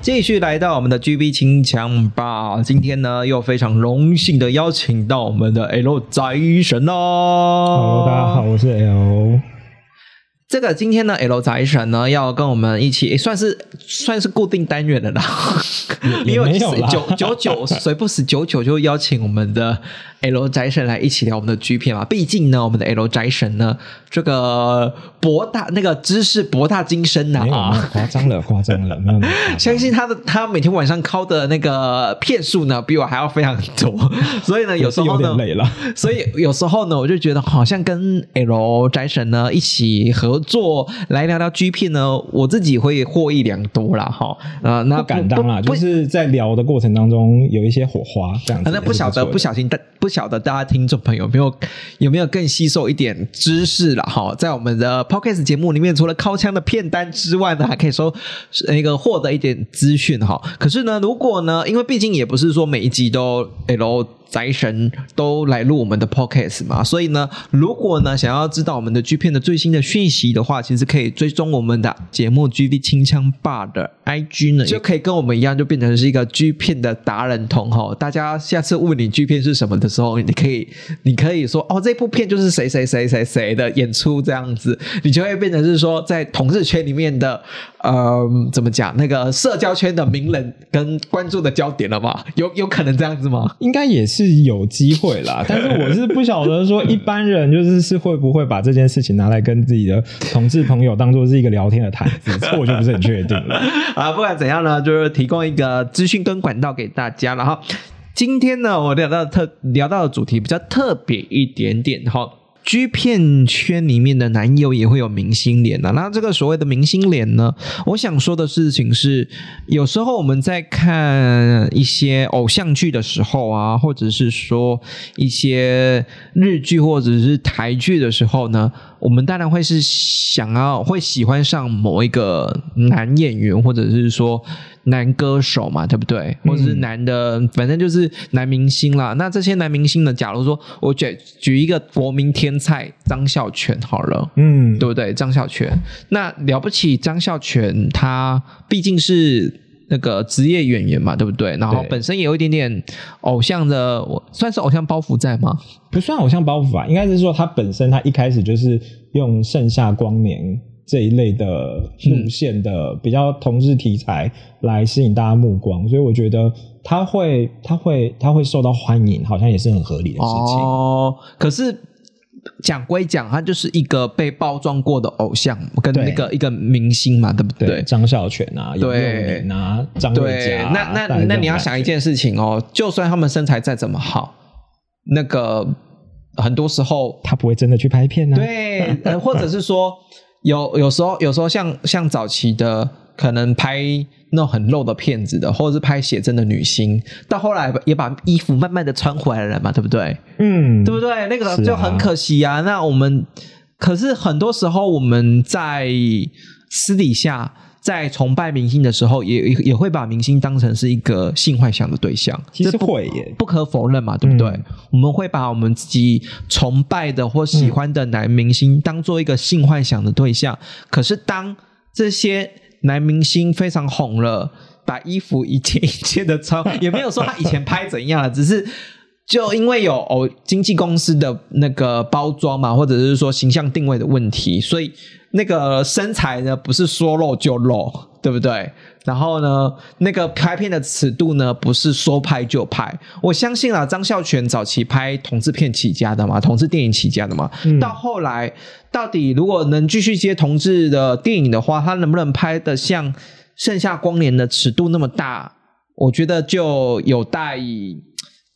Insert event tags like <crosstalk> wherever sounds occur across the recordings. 继续来到我们的 GB 清枪吧，今天呢又非常荣幸的邀请到我们的 L 宅神哦。 Hello，大家好，我是 L。这个今天呢，L 宅神呢要跟我们一起，诶算是算是固定单元的啦。 <laughs> 也也没有啦九九九谁不死九九就邀请我们的 L 宅神来一起聊我们的 G 片嘛。毕竟呢，我们的 L 宅神呢，这个博大那个知识博大精深呐没有，没有啊。夸张了，夸张了，没有那 <laughs> 么夸张。相信他的他每天晚上敲的那个片数呢，比我还要非常多，所以呢，有时是有候呢点，累了。 <laughs> 所以有时候呢，我就觉得好像跟 L 宅神呢一起合作来聊聊 G 片呢，我自己会获益良多啦哈。呃，那不敢当啦，不就不是在聊的过程当中有一些火花，这样子啊也那是不不晓得，错的不小心，大不晓得大家听众朋友有没有有没有更吸收一点知识了哈？在我们的 podcast 节目里面，除了靠枪的片单之外呢，还可以说是那个获得一点资讯哈。可是呢，如果呢，因为毕竟也不是说每一集都 L 宅神都来录我们的 podcast 嘛，所以呢，如果呢想要知道我们的 G 片的最新的讯息的话，其实可以追踪我们的节目 GV 清枪霸的 IG 呢，就可以跟我们一样，就变成是一个 G 片的达人同吼。大家下次问你 G 片是什么的时候，你可以你可以说哦，这部片就是谁谁谁谁谁的演出这样子，你就会变成是说在同志圈里面的呃怎么讲那个社交圈的名人跟关注的焦点了吧？有有可能这样子吗？应该也是有机会啦。但是 <laughs> 我是不晓得说一般人就是是会不会把这件事情拿来跟自己的同志朋友当做是一个聊天的谈资，这我就不是很确定了。 <laughs> 啊，不管怎样呢，就是提供一个资讯跟管道给大家了哈。今天呢，我聊到的特聊到的主题比较特别一点点哈。G 片圈里面的男友也会有明星脸啊，那这个所谓的明星脸呢，我想说的事情是，有时候我们在看一些偶像剧的时候啊，或者是说一些日剧或者是台剧的时候呢，我们当然会是想要会喜欢上某一个男演员，或者是说男歌手嘛，对不对？嗯或者是男的，反正就是男明星啦。那这些男明星呢，假如说我举举一个国民天才张孝全好了。嗯，对不对？张孝全，那了不起，张孝全他毕竟是那个职业演员嘛，对不对？然后对本身也有一点点偶像的，我算是偶像包袱在吗？不算偶像包袱吧，应该是说他本身他一开始就是用盛夏光年这一类的路线的比较同志题材来吸引大家目光，所以我觉得他会他会他会受到欢迎，好像也是很合理的事情。哦，可是讲归讲，他就是一个被包装过的偶像，跟对那个一个明星嘛，对不对，对？张孝全啊，杨佑对宁啊，张瑞对佳啊、，那大那概这那种你要感想一觉，件事情哦，就算他们身材再怎么好，那个很多时候他不会真的去拍片呢、啊？，对，呃， <laughs> 或者是说，有有时候，有时候像像早期的，可能拍那种很露的片子的，或者是拍写真的女星，到后来也把衣服慢慢的穿回来了嘛，对不对？嗯，对不对？那个是啊就很可惜啊。那我们可是很多时候我们在私底下。在崇拜明星的时候，也也也会把明星当成是一个性幻想的对象，其实这不会耶，不可否认嘛，对不对？嗯我们会把我们自己崇拜的或喜欢的男明星当做一个性幻想的对象。可是当这些男明星非常红了，把衣服一件一件的穿，也没有说他以前拍怎样了，只是。就因为有偶经纪公司的那个包装嘛，或者是说形象定位的问题，所以那个身材呢不是说露就露，对不对？然后呢，那个拍片的尺度呢不是说拍就拍。我相信啊，张孝全早期拍同志片起家的嘛，同志电影起家的嘛，嗯到后来到底如果能继续接同志的电影的话，他能不能拍的像《盛夏光年》的尺度那么大？我觉得就有待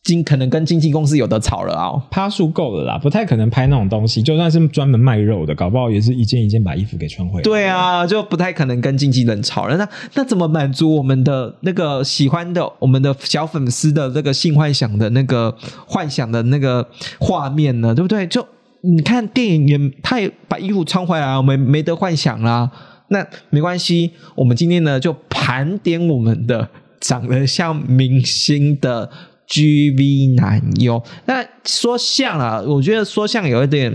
经可能跟经纪公司有的吵了啊、哦。趴数够了啦，不太可能拍那种东西。就算是专门卖肉的，搞不好也是一件一件把衣服给穿回来。对啊，就不太可能跟经纪人吵了。那那怎么满足我们的那个喜欢的我们的小粉丝的那个性幻想的那个幻想的那个画面呢？对不对？就你看电影也他也把衣服穿回来啊，我们没得幻想啦。那没关系，我们今天呢就盘点我们的长得像明星的 GV 男优。那说像啊，我觉得说像有一点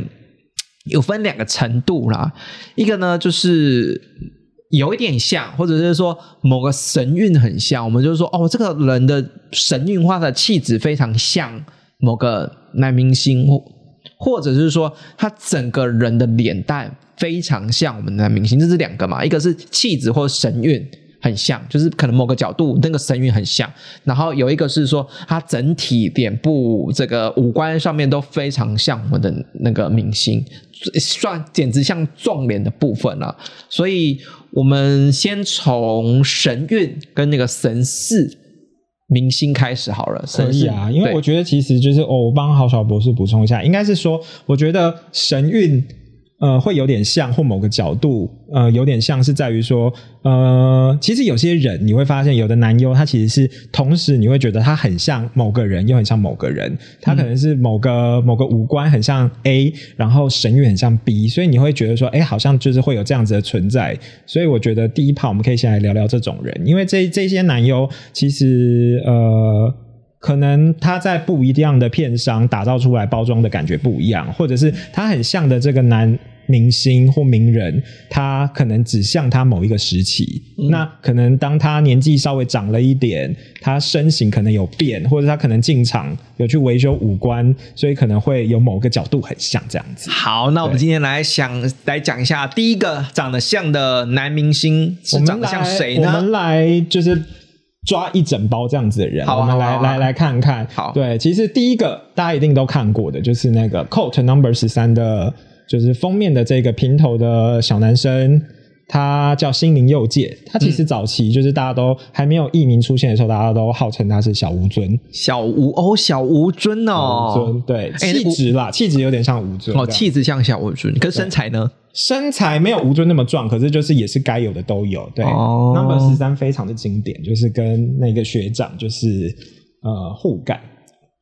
有分两个程度啦，一个呢就是有一点像，或者是说某个神韵很像，我们就是说哦，这个人的神韵化的气质非常像某个男明星或或者是说他整个人的脸蛋非常像我们的明星，这是两个嘛，一个是气质或神韵很像，就是可能某个角度那个神韵很像，然后有一个是说他整体脸部这个五官上面都非常像我们的那个明星，算简直像撞脸的部分了、所以我们先从神韵跟那个神似。明星开始好了，可神以似啊，因为对我觉得其实就是、哦、我帮郝小博士补充一下，应该是说，我觉得神韵呃会有点像，或某个角度呃有点像是在于说，呃，其实有些人你会发现，有的男优他其实是同时你会觉得他很像某个人，又很像某个人，他可能是某个、某个五官很像 A，然后神韵很像 B，所以你会觉得说，哎，好像就是会有这样子的存在。所以我觉得第一趴我们可以先来聊聊这种人，因为这这些男优其实呃。可能他在不一样的片商打造出来包装的感觉不一样，或者是他很像的这个男明星或名人，他可能只像他某一个时期。那可能当他年纪稍微长了一点，他身形可能有变，或者他可能进场有去维修五官，所以可能会有某个角度很像这样子。好，那我们对今天来想来讲一下第一个长得像的男明星我是们长得像来谁我呢们？来就是抓一整包这样子的人，好啊我们好啊来好啊来来看看。好对，其实第一个大家一定都看过的，就是那个 Coat Number 十三的，就是封面的这个平头的小男生。他叫心灵右介，他其实早期就是大家都还没有艺名出现的时候，大家都号称他是小吴尊，小吴哦，小吴尊吴尊哦，对哎气质啦，气质有点像吴尊哦，这样气质像小吴尊，可是身材呢？身材没有吴尊那么壮，可是就是也是该有的都有。对、哦 n u m b e r 十三非常的经典，就是跟那个学长就是呃互干，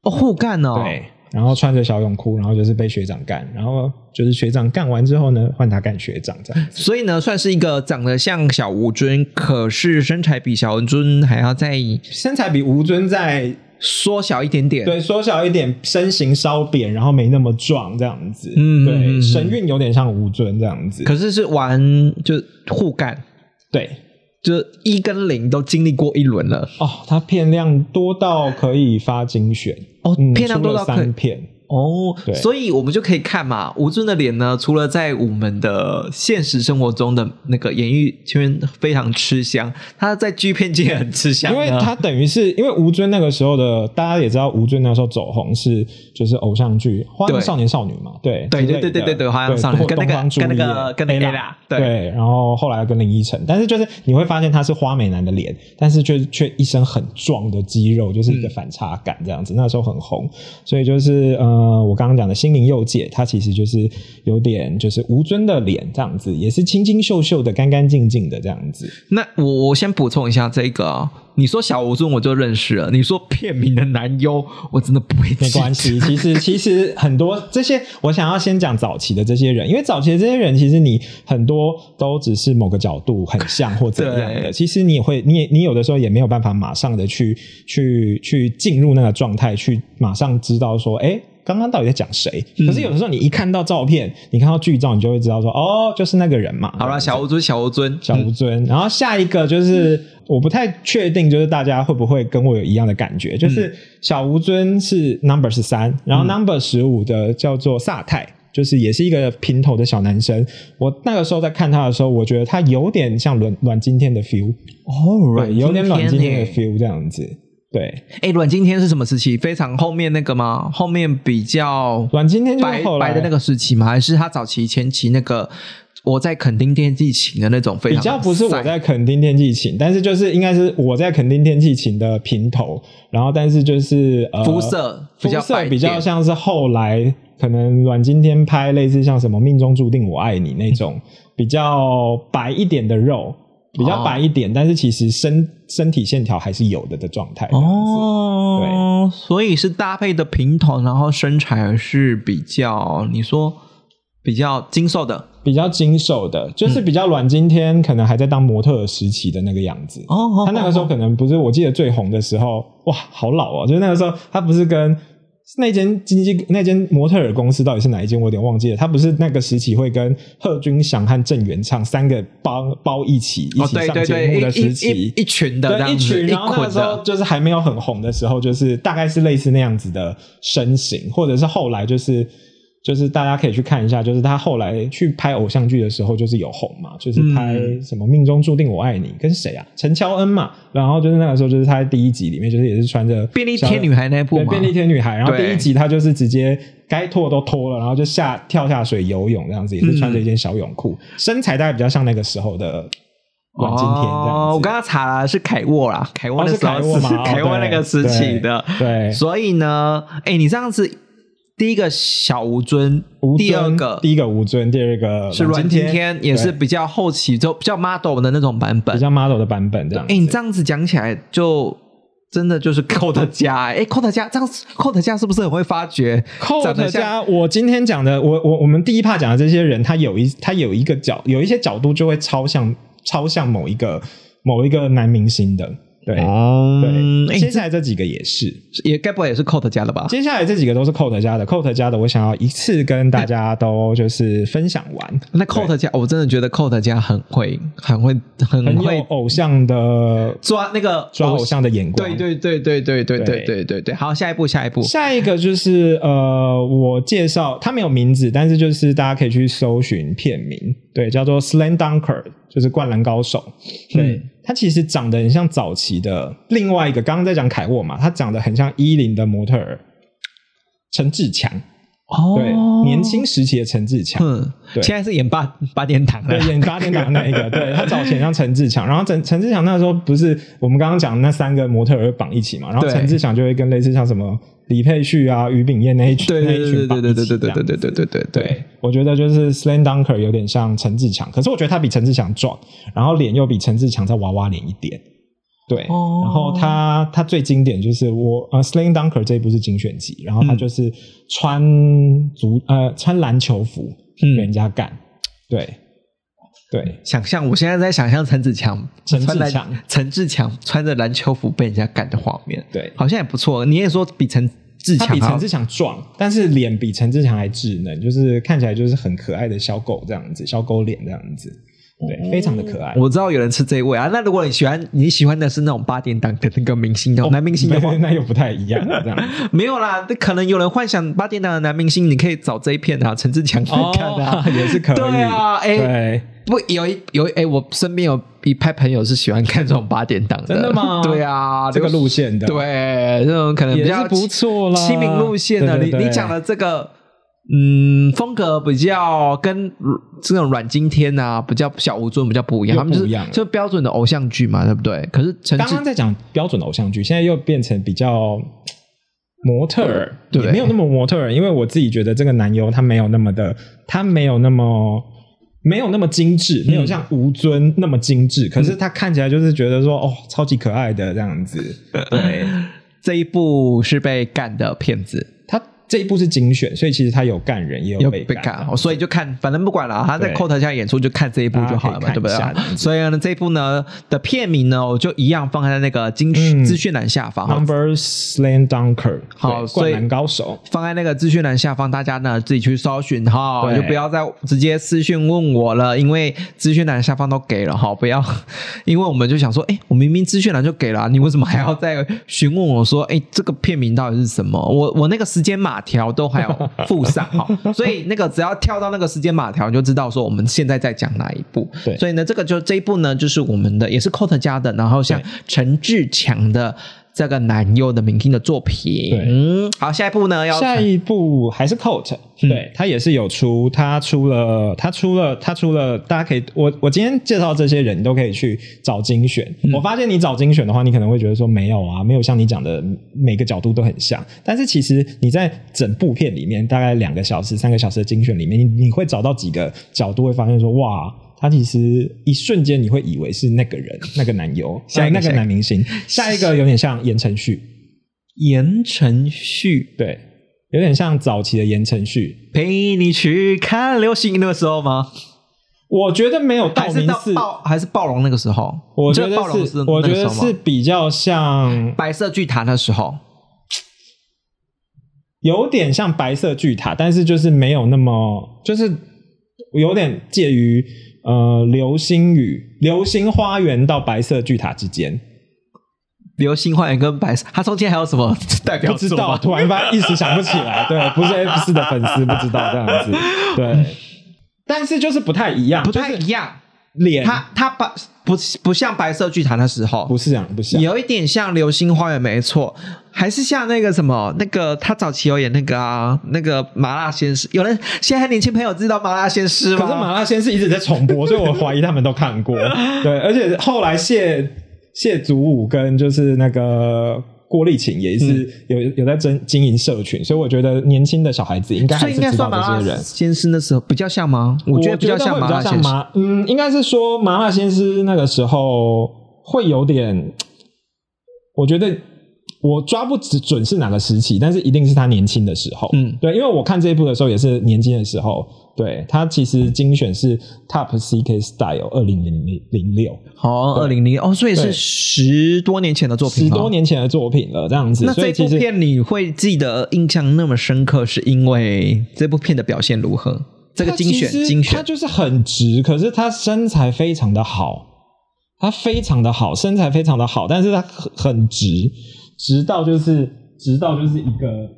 哦，互干哦，对，然后穿着小泳裤，然后就是被学长干，然后就是学长干完之后呢，换他干学长这样。所以呢，算是一个长得像小吴尊，可是身材比小吴尊还要再 <laughs> 身材比吴尊在缩小一点点。对缩小一点，身形稍扁，然后没那么壮这样子。嗯嗯嗯对，神韵有点像吴尊这样子。可是是玩就互干，对就是一跟零都经历过一轮了。哦，他片量多到可以发精选哦嗯片量出多了到可以三片。哦，对所以我们就可以看嘛，吴尊的脸呢，除了在我们的现实生活中的那个演艺圈非常吃香，他在剧片界也很吃香啊因呢，为他等于是因为吴尊那个时候的，大家也知道吴尊那时候走红是就是偶像剧《花样对少年少女》嘛，对对对对对对对花样少女跟那个跟那个跟那个 Ella，对对，然后后来跟林依晨，但是就是你会发现他是花美男的脸，但是却却一身很壮的肌肉，就是嗯一个反差感这样子。那时候很红，所以就是呃，我刚刚讲的心灵右界，他其实就是有点就是吴尊的脸这样子，也是清清秀秀的、干干净净的这样子。那我我先补充一下这个、哦，你说小吴尊我就认识了，你说片名的男优我真的不会，没关。系，其实其实很多这些，我想要先讲早期的这些人，因为早期的这些人，其实你很多都只是某个角度很像或怎样对的， <laughs> 其实你也会，你也你有的时候也没有办法马上的去去去进入那个状态，去马上知道说，哎、刚刚到底在讲谁？可嗯是有的时候你一看到照片，你看到剧照，你就会知道说，哦，就是那个人嘛。好了，小吴尊，小吴尊，嗯小吴尊。然后下一个就是我不太确定，就是大家会不会跟我有一样的感嗯觉，就是小吴尊是 number 十三，然后 number 十五的叫做萨泰。就是也是一个平头的小男生，我那个时候在看他的时候，我觉得他有点像阮阮经天的 feel，哦对，有点阮经天的 feel 这样子。对，哎，阮经天是什么时期？非常后面那个吗？后面比较阮经天就是白后来白的那个时期吗？还是他早期前期那个我在垦丁天气晴的那种非比常较不是我晒在垦丁天气晴，但是就是应该是我在垦丁天气晴的平头，然后但是就是呃肤色比较肤色白一比较点像是后来可能阮经天拍类似像什么命中注定我爱你那 <laughs> 种比较白一点的肉，比较白一点，但是其实身身体线条还是有的的状态。哦，哦，所以是搭配的平头，然后身材是比较你说比较精瘦的比较精瘦的，嗯就是比较阮经天可能还在当模特儿时期的那个样子。哦哦，他那个时候可能不是，我记得最红的时候，哇，好老哦！就是那个时候，他不是跟那间经纪那间模特儿公司到底是哪一间，我有点忘记了。他不是那个时期会跟贺军翔和郑元畅三个包包一起一哦起对上对节目哦对，的一时一一期。一群的这对，样一子群，然后那个捆时候的，就是还没有很红的时候，就是大概是类似那样子的身形，或者是后来就是就是大家可以去看一下，就是他后来去拍偶像剧的时候，就是有红嘛，就是拍嗯什么命中注定我爱你跟谁啊，陈乔恩嘛，然后就是那个时候就是他在第一集里面就是也是穿着便利贴女孩那一部对嘛便，利贴女孩，然后对第一集他就是直接。该脱都脱了，然后就下跳下水游泳这样子，也是穿着一件小泳裤，身材大概比较像那个时候的阮经天这样子。哦，我刚刚查了是凯沃啦，凯沃哦那是时候凯沃 <laughs> 是嘛哦凯沃那个时期的，对对所以呢，哎，你上次第一个小吴尊吴，第二尊个第一个吴尊，第二个是阮经天，也是比较后期就比较 model 的那种版比本。较 model 的版本这样哎，你子。这样子讲起来就。真的就是寇特加哎、欸，寇特加这样子，寇特加是不是很会发掘？寇长特得像加，我今天讲的，我我我们第一趴讲的这些人，他有一他有一个角，有一些角度就会超像超像某一个某一个男明星的，对、哦对。哎接，下来这几个也是，也该不会也是寇特加的吧？接下来这几个都是寇特加的，寇特加的，我想要一次跟大家都就是分享完，那寇特加，我真的觉得寇特加很会，很会，很很有嗯会偶像的抓那个抓偶像的眼光，对对对对对对对对对对对，好，下一步下一步，下一个就是呃，我介绍他没有名字，但是就是大家可以去搜寻片名，对，叫做《Slam Dunker》，就是《灌篮高手》。对，嗯他其实长得很像早期的另外一个，刚刚在讲凯沃嘛，他长得很像一零的模特儿陈志强，哦对，年轻，时期的陈志强。嗯，对现在是演八八点档了对，，演八点档那一个，对他早前像陈志强，然后陈陈志强那时候不是我们刚刚讲那三个模特儿绑一起嘛，然后对陈志强就会跟类似像什么李佩旭啊、于炳彦那一群对那对一对群绑对一对对起对这对样对对对对对对对，我觉得就是 Slam Dunker 有点像陈志强，可是我觉得他比陈志强壮，然后脸又比陈志强再娃娃脸一点。对，哦然后他他最经典就是我呃，Slam Dunker 这一部是精选集，然后他就是穿足、呃穿篮球服嗯跟人家干，对对，想象，我现在在想象陈子强，陈志穿篮强，陈志强穿着篮球服被人家干的画面，对好像也不错。你也说比陈志他强比还陈要志强壮，但是脸比陈志强还稚嫩，就是看起来就是很可爱的小狗这样子，小狗脸这样子，对，非常的可爱。哦我知道有人吃这一味啊。那如果你喜欢，你喜欢的是那种八点档的那个明 <laughs> 星的、哦男明星的话，那又不太一样这样子。没有啦。那可能有人幻想八点档的男明星，你可以找这一片啊，陈志强去哦看啊， <laughs> 也是可以。对啊，哎、对， <laughs> 不有一有哎、我身边有一派朋友是喜欢看这种八点档的，真的吗对啊，这个路线的，，对，这种可能比也较是不错啦。亲民路线的。对对对你你讲的这个，嗯，风格比较跟这种阮经天啊，比较小吴尊比较不一样，又他们就不一是样了就标准的偶像剧嘛，对不对？可是陈刚志刚在讲标准的偶像剧，现在又变成比较嘖模特儿，对也没有那么模特儿，因为我自己觉得这个男优他没有那么的，他没有那么。没有那么精致，没有像吴尊那么精致，可是他看起来就是觉得说，哦，超级可爱的这样子。对，这一部是被干的骗子，他这一部是精选，所以其实他有干人，也又有被被干，哦所以就看，反正不管了，他在对 Cot 家演出就看这一部就好了嘛，大家可以看对不对一下这样？子所以呢，这一部呢的片名呢，我就一样放在那个金嗯资讯栏下方。好 Number Slam Dunker，好对所以灌篮高手。放在那个资讯栏下方，大家呢自己去搜寻哈，对就不要再直接私讯问我了，因为资讯栏下方都给了哈，不要， <laughs> 因为我们就想说，哎，我明明资讯栏就给了啊、你为什么还要再询问我说，哎，这个片名到底是什么？我我那个时间码条都还有附上 <laughs> 哈，所以那个只要跳到那个时间码条，你就知道说我们现在在讲哪一部。对所以呢，这个就这一部呢，就是我们的也是 Cot 家的，然后像陈志强的。这个男优的明星的作品。对嗯，好，下一步呢要下一部还是 Coat，、对嗯他也是有出，他出了，他出了，他出了，大家可以，我我今天介绍这些人，你都可以去找精选。嗯我发现你找精选的话，你可能会觉得说没有啊，没有像你讲的每个角度都很像，但是其实你在整部片里面，大概两个小时、三个小时的精选里面，你你会找到几个角度，会发现说哇。他其实一瞬间你会以为是那个人、那个男优、下一个呃那下一个个男明 <laughs> 星，下一个有点像言承旭，言承旭对，有点像早期的言承旭，陪你去看流星那个时候吗？我觉得没有道还是明到寺，暴还是暴龙那个时候？我觉你暴龙得是是，我那觉个时得候吗是比较像，白色巨塔那时候。有点像白色巨塔，但是就是没有那么，就是有点介于呃流星雨、流星花园到白色巨塔之间。流星花园跟白色，它中间还有什么代表不作知道，吗突然发一时想不起来，对， <laughs> 不是 F 四的粉丝不知道这样子，对，但是就是不太一样，不就太是一样。脸它它白不不像白色巨塔那时候，不是这样，不像，有一点像《流星花园》，没错，还是像那个什么，那个他早期有演那个啊，那个麻辣鲜师。有人现在年轻朋友知道麻辣鲜师吗？可是麻辣鲜是一直在 <laughs> 重播，所以我怀疑他们都看过。对，而且后来谢谢祖武跟就是那个郭丽琴也嗯是有、有在经经营社群，所以我觉得年轻的小孩子应该啊所还以是应该知算道麻这些辣人。鲜师那时候比较像吗？我我觉得比比较像麻辣较鲜像师。麻，嗯，应该是说麻辣鲜师那个时候会有点，我觉得我抓不准是哪个时期，但是一定是他年轻的时候，嗯对，因为我看这一部的时候也是年轻的时候，对他其实精选是 Top CK Style 二零零零六哦，二零零哦，所以是对十多年前的作品十吗，多年前的作品了，这样子，那所这以其部实片你会记得印象那么深刻，是因为这部片的表现如何？这个他精其选实精他选，就是很直，可是他身材非常的好，他非常的好，身材非常的好，但是他很很直，直到就是直到就是一个。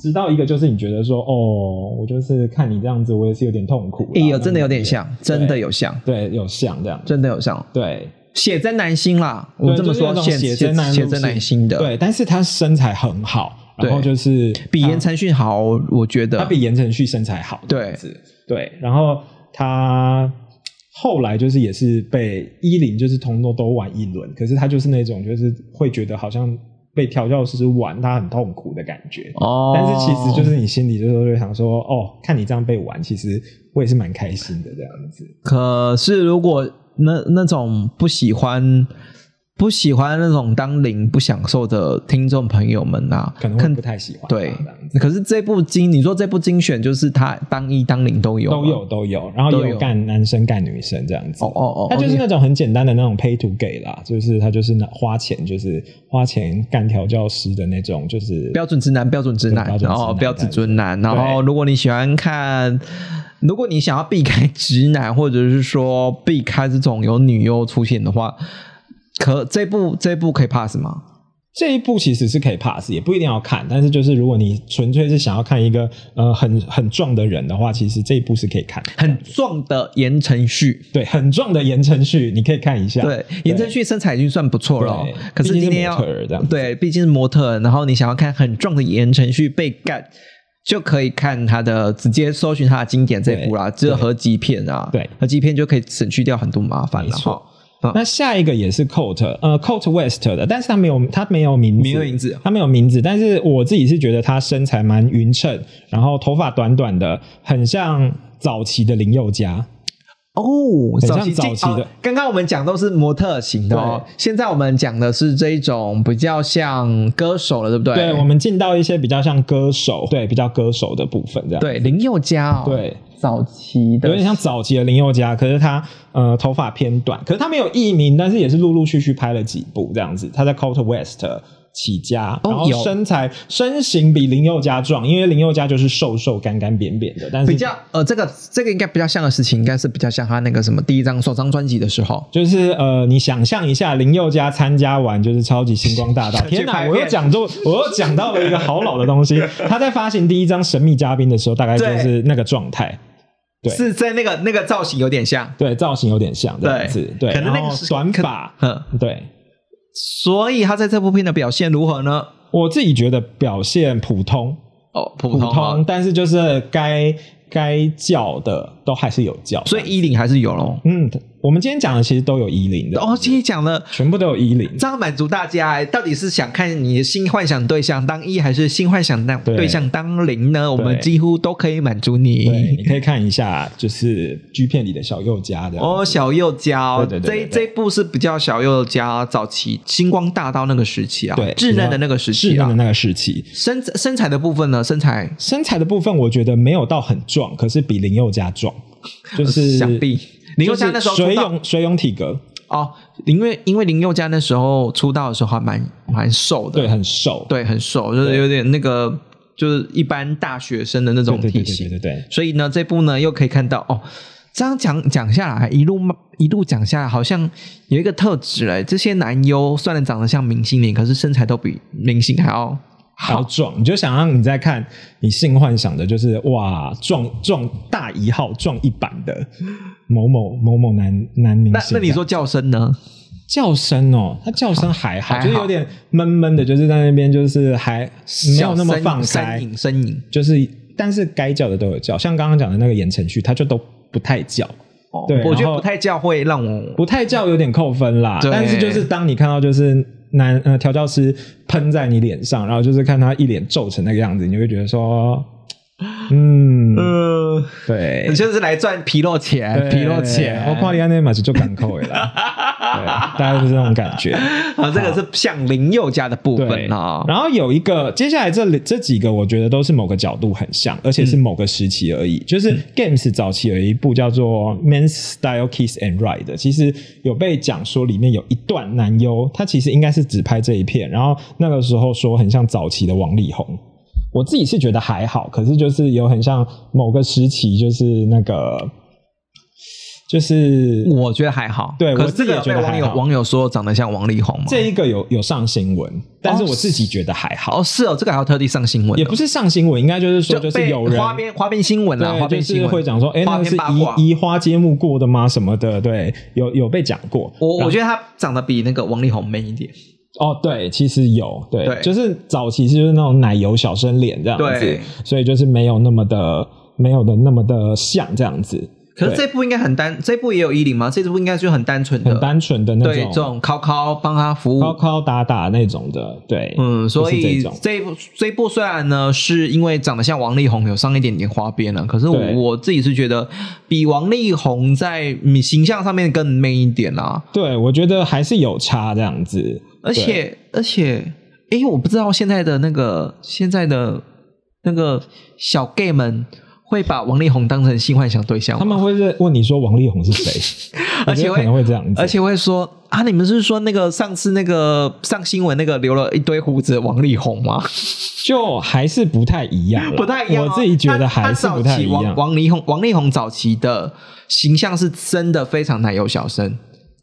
直到一个就是你觉得说哦，我就是看你这样子，我也是有点痛苦啦。哎呦，那种真的有点感觉，像，真的有像，对，有像这样，真的有像。对，写真男星啦，对我这么说，就是那写种写真男写真男星的，，对，但是他身材很好，然后对就是比他言承旭好，我觉得他啊比言承旭身材好，对这样子对，然后他后来就是也是被依林就是通通都玩一轮，可是他就是那种就是会觉得好像被调教师玩，他很痛苦的感觉。哦，但是其实就是你心里就是会想说，哦，看你这样被玩，其实我也是蛮开心的这样子。可是如果那那种不喜欢。不喜欢那种当零不享受的听众朋友们呐、啊，可能会不太喜欢吧对这样。子可是这部精，你说这部精选就是它当一当零都有吗都有都有，然后都也有有干男生干女生这样子。哦哦哦，他就是哦那种很简单的那种 pay to gay 啦，就是他就是拿花钱，就是花钱干调教师的那种，就是标准直男，标准直男，对标准直然男后标准尊男，然后如果你喜欢看，如果你想要避开直男，或者是说避开这种有女优出现的话，可这部这部可以 pass 吗？这一部其实是可以 pass，也不一定要看，但是就是如果你纯粹是想要看一个呃很很壮的人的话，其实这一部是可以看。很壮的言承旭，对，很壮的言承旭，你可以看一下。对，言承旭身材已经算不错了哦对，可是毕今竟天是要模特儿这样子对，毕竟是模特儿，然后你想要看很壮的言承旭被干。就可以看他的，直接搜寻他的经典这部啦，只有合集片啊，对合集片就可以省去掉很多麻烦了没错哈。嗯那下一个也是 Coat，呃，Coat West 的，但是他没有，他没有名字，没有名字他没有名字，但是我自己是觉得他身材蛮匀称，然后头发短短的，很像早期的林宥嘉。哦，很像期早期的哦刚刚我们讲都是模特型的哦，现在我们讲的是这一种比较像歌手了，对不对？对，我们进到一些比较像歌手，对，比较歌手的部分这样。对林宥嘉哦，对，早期的有点像早期的林宥嘉，可是他呃头发偏短，可是他没有艺名，但是也是陆陆续续拍了几部这样子。他在 Coast West 起家，哦然后有身材身形比林宥嘉壮，因为林宥嘉就是瘦瘦干干扁扁的，但是比较呃，这个这个应该比较像的事情，应该是比较像他那个什么第一张首张专辑的时候，就是呃，你想象一下，林宥嘉参加完就是超级星光大道，<laughs> 天去拍哪！片我又讲中，我又讲到了一个好老的东西。他在发行第一张《神秘嘉宾》的时候，大概就是那个状态，对是在那个那个造型有点像，对，造型有点像这样子，对，可能那然个后时候短发，嗯，对，所以他在这部片的表现如何呢？我自己觉得表现普通，哦，普普通啊，通，但是就是该该叫的都还是有叫。所以衣领还是有咯。嗯，我们今天讲的其实都有衣领的，哦，今天讲了。全部都有衣领。这样满足大家、欸，到底是想看你的新幻想对象当一，还是新幻想当对对象当零呢？我们对几乎都可以满足对，你你。可以看一下，就是剧片里的小佑家的哦，小幼娇，对对对对这对这部是比较小幼娇早期星光大道那个时期啊，对稚嫩的那个时稚期嫩啊的。那个时期。身身材的部分呢，身材身材的部分，我觉得没有到很壮，可是比林宥嘉 <laughs> 壮，就是呃想必林宥嘉那时候就出是水道泳水泳体格，哦，因为因为林宥嘉那时候出道的时候还蛮蛮瘦的，对，很瘦，对很瘦，就是对有点那个就是一般大学生的那种对对体对对型对。对对，所以呢，这部呢又可以看到哦，这样讲讲下来，一路一路讲下来，好像有一个特质嘞，这些男优虽然长得像明星脸，可是身材都比明星还要还要壮，你就想让你在看你性幻想的，就是哇，壮壮大一号，壮一版的某某某某男男明那星。那你说叫声呢？叫声哦，他叫声还好，还好就是有点闷闷的，就是在那边就是还没有那么放呻开，吟呻吟。就是但是该叫的都有叫，像刚刚讲的那个言承旭，他就都不太叫。哦对我觉然得后不太叫会让我不太叫有点扣分啦，对但是就是当你看到就是男呃调教师喷在你脸上，然后就是看他一脸皱成那个样子，你就会觉得说，嗯，呃，对你，就是来赚皮肉钱，对皮肉钱。我 <laughs> 夸你安内马是就敢扣了啦，对，大概就是那种感觉。啊，这个是像林宥嘉的部对分啊。然后有一个，接下来这里这几个，我觉得都是某个角度很像，而且是某个时期而已。就是嗯 Games 早期有一部叫做《Men's Style Kiss and Ride》的，其实有被讲说里面有一段男优，他其实应该是只拍这一片，然后那个时候说很像早期的王力宏。我自己是觉得还好，可是就是有很像某个时期，就是那个，就是我觉得还好，对可我是这自己个也有被觉得网还友好网友说长得像王力宏嘛？这一个有有上新闻，但是哦我自己觉得还好。哦是哦，这个还要特地上新闻哦，也不是上新闻，应该就是说就是被有人花边花边新闻啦，对花边就新是闻会讲说，哎、花那个边是八卦。移移花接木过的吗？什么的，对，有有被讲过。我我觉得他长得比那个王力宏 man 一点，哦，对，其实有，对，对就是早期就是那种奶油小生脸这样子对，所以就是没有那么的，没有的那么的像这样子，可是这部应该很单，这部也有衣领吗？这部应该就很单纯的，很单纯的那对这种种靠靠帮他服敲务。敲打打那种的，对，嗯，所就是以这种这一部这一部虽然呢是因为长得像王力宏，有上一点点花边了，可是我对我自己是觉得比王力宏在嗯形象上面更 man 一点啦，对我觉得还是有差这样子，而且而且，诶，我不知道现在的那个现在的那个小 gay 们会把王力宏当成性幻想对象吗，他们会是问你说王力宏是谁， <laughs> 而且我觉得可能会这样子，而且会说啊，你们是说那个上次那个上新闻那个留了一堆胡子的王力宏吗？就还是不太一样啦，不太一样哦、我自己觉得还是他不太他早一期王样。王力宏，王力宏早期的形象是真的非常奶油小生，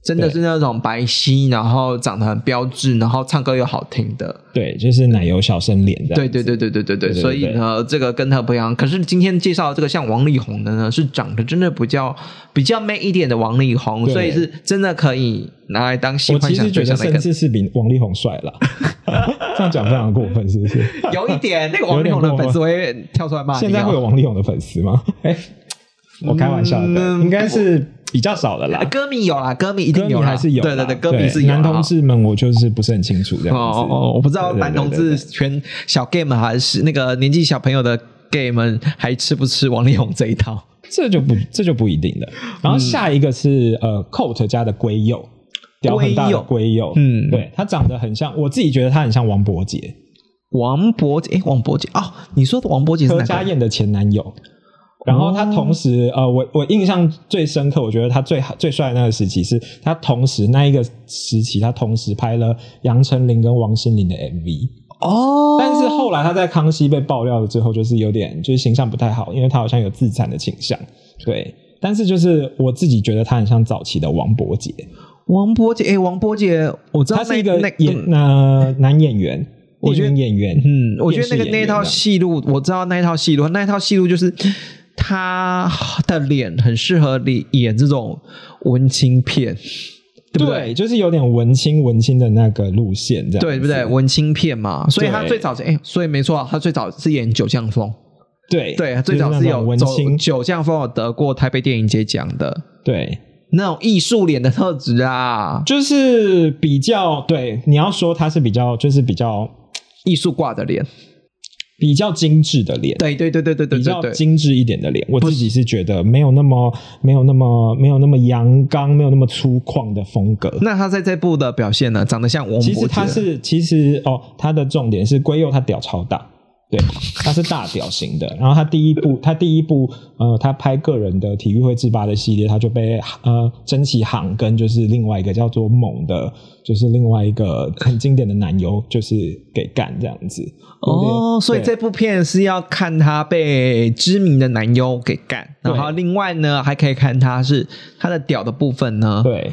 真的对是那种白皙，然后长得很标致，然后唱歌又好听的。对，就是奶油小生脸这样。对对对对对对对，对对所以对呢，这个跟他不一样。可是今天介绍的这个像王力宏的呢，是长得真的比较比较 man 一点的王力宏，对所以是真的可以拿来当性我幻其想实觉对得象的一甚个至是比王力宏帅 <laughs> 了，这样讲非常过分，是不是？有一点，那个王力宏的粉丝会跳出来骂你、哦。现在会有王力宏的粉丝吗？哎、我开玩笑的，嗯应该是比较少的啦啊。歌迷有啦，歌迷一歌定迷有啦，还是有啦，对对对，歌迷是有啦男同。志们，我就是不是很清楚这哦样子。哦哦，我不知道对对对男同对志全小 gay 们还是那个年纪小朋友的 gay 们还吃不吃王力宏这一套？这就不这就不一定了。然后嗯下一个是、呃，Coat 家的龟鼬，屌很大的龟鼬，嗯对，它长得很像，我自己觉得它很像王伯杰，王伯杰，诶，王伯杰哦，你说的王伯杰是柯哪佳个？燕的前男友。然后他同时，呃，我我印象最深刻，我觉得他最好最帅的那个时期是，他同时那一个时期，他同时拍了杨丞琳跟王心凌的 MV。哦，但是后来他在康熙被爆料了之后，就是有点就是形象不太好，因为他好像有自残的倾向。对，但是就是我自己觉得他很像早期的王伯杰，王伯杰，诶，哎王伯杰，我知道他那是一个那嗯演呃男演员，我觉得电影演员，嗯，我觉得那个电视演员啊那一套这样戏路，我知道那一套戏路，那一套戏路就是他的脸很适合你演这种文青片，对不对，就是有点文青文青的那个路线，这样对不子对？文青片嘛，所以他对最早是哎，所以没错啊，他最早是演《九降风》，对对，他就最早那是种有文走青《九降风》有得过台北电影节奖的对，那种艺术脸的特质啊，就是比较对，你要说它是比较就是比较艺术挂的脸，比较精致的脸，对对对对对对比较对对，精致一点的脸，我自己是觉得没有那么没有那么没有那么阳刚，没有那么粗犷的风格。那他在这部的表现呢，长得像王其伯实杰他是其实哦，他的重点是龟佑他屌超大，对， <laughs> 他是大屌型的。然后他第一部 <laughs> 他第一部呃，他拍个人的体育会自拔的系列，他就被呃珍奇航跟就是另外一个叫做猛的，就是另外一个很经典的男优，就是给干这样子。有点哦，所以对这部片是要看他被知名的男优给干，对然后另外呢，还可以看他是他的屌的部分呢，对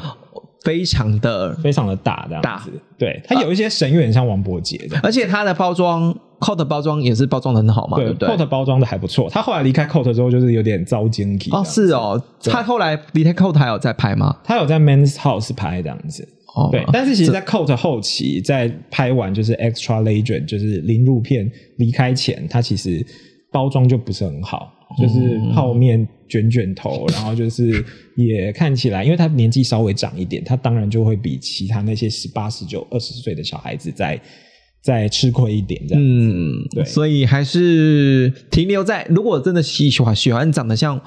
非常的，非常的大这大样子。对，他有一些神韵像王伯杰的。而且他的包装 coat 包装也是包装的很好嘛，对对不对 c o？t 包装的还不错，他后来离开 Coat 之后，就是有点糟精体。哦，是哦，对他后来离开 coat 还有在拍吗？他有在 Men's House 拍这样子，哦，对，但是其实，在 Coat 后期，在拍完就是 Extra Legend，就是零入片离开前，他其实包装就不是很好，就是泡面卷卷头，然后就是也看起来，因为他年纪稍微长一点，他当然就会比其他那些十八、十九、二十岁的小孩子再再吃亏一点这样。嗯，对所以还是停留在，如果真的喜喜欢喜欢长得像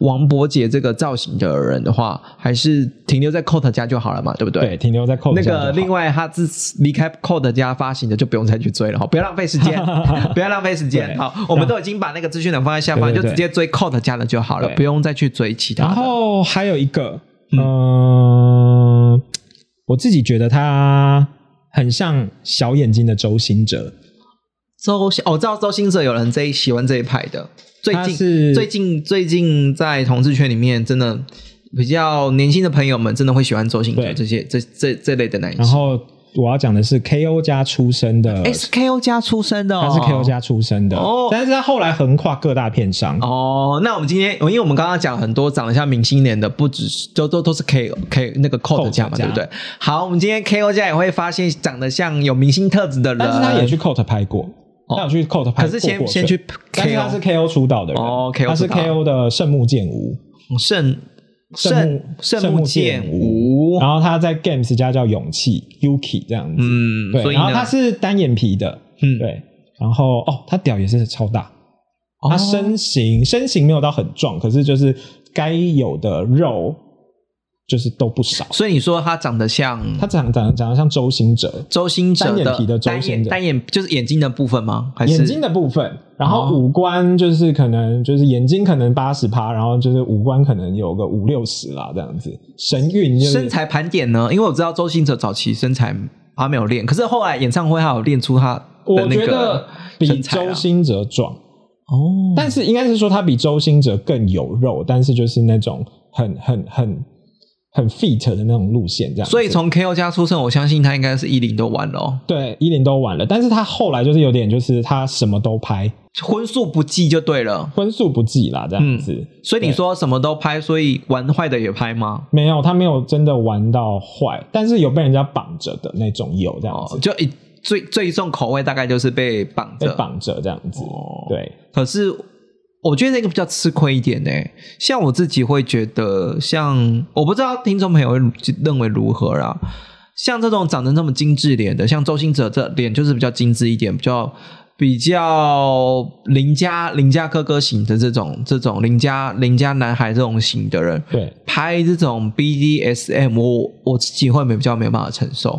王伯杰这个造型的人的话，还是停留在 coat 家就好了嘛，对不对？对，停留在 Coat 那上就好个另外他自离开 Code 家发行的就不用再去追了哈，不要浪费时 <laughs> 间，不要浪费时间。对好，我们都已经把那个资讯栏放在下方，对对就对直接追 Code 家的就好了，对不用再去追其他然的。后还有一个，嗯，我自己觉得他很像小眼睛的周星哲，周星，哦我知道周星哲有人这一喜欢这一派的，最他近是最近最近在同志圈里面真的。比较年轻的朋友们真的会喜欢周星哲对这些这这这类的男然星。后我要讲的是 KO 家出身的， S K O 家出身哎的、哦，他是 KO 家出身的哦，但是他后来横跨各大片商，哦，那我们今天，因为我们刚刚讲很多长得像明星脸的，不只是都都都是 K K 那个 code 价嘛，家对不对？好，我们今天 K O 价也会发现长得像有明星特质的人，但是他也去 Coat 拍过，他有去 Coat 哦拍可过，是先过先去但是他是 K KO 出道的人，哦，KO 他是出道 KO 的圣木剑吾， O 圣圣圣圣圣木木剑剑吾，然后他在 Games 家叫勇气 Yuki 这样子，嗯，所对，以然后呢，他是单眼皮的，嗯，对，然后哦，他屌也是超大，哦他身形、身形没有到很壮，可是就是该有的肉就是都不少。所以你说他长得像他长长长得像周星哲，周星哲嗯单眼皮的周单星眼哲单眼就是眼睛的部分吗？还是眼睛的部分，然哦后五官就是可能就是眼睛可能八十趴，然后就是五官可能有个五六十啦，这样子。神韵就是身材盘点呢？因为我知道周星哲早期身材他没有练，可是后来演唱会他有练出他的我那个觉得比身材啊周星哲壮，哦，但是应该是说他比周星哲更有肉，但是就是那种很很很很 fit 的那种路线这样子。所以从 KO 家出生，我相信他应该是一零都玩了、哦，对一零都晚了，但是他后来就是有点就是他什么都拍，荤素不忌就对了。荤素不忌啦这样子。所以你说什么都拍，所以玩坏的也拍吗？没有，他没有真的玩到坏，但是有被人家绑着的那种有这样子，哦，就一最最重口味大概就是被绑被着，绑着这样子。哦对，可是我觉得那个比较吃亏一点呢、欸像我自己会觉得像，我不知道听众朋友会认为如何啦。像这种长得那么精致脸的，像周星哲这脸就是比较精致一点，比较比较邻家邻家哥哥型的这种这种邻家邻家男孩这种型的人，对拍这种 BDSM，我我自己会没比较没有办法承受，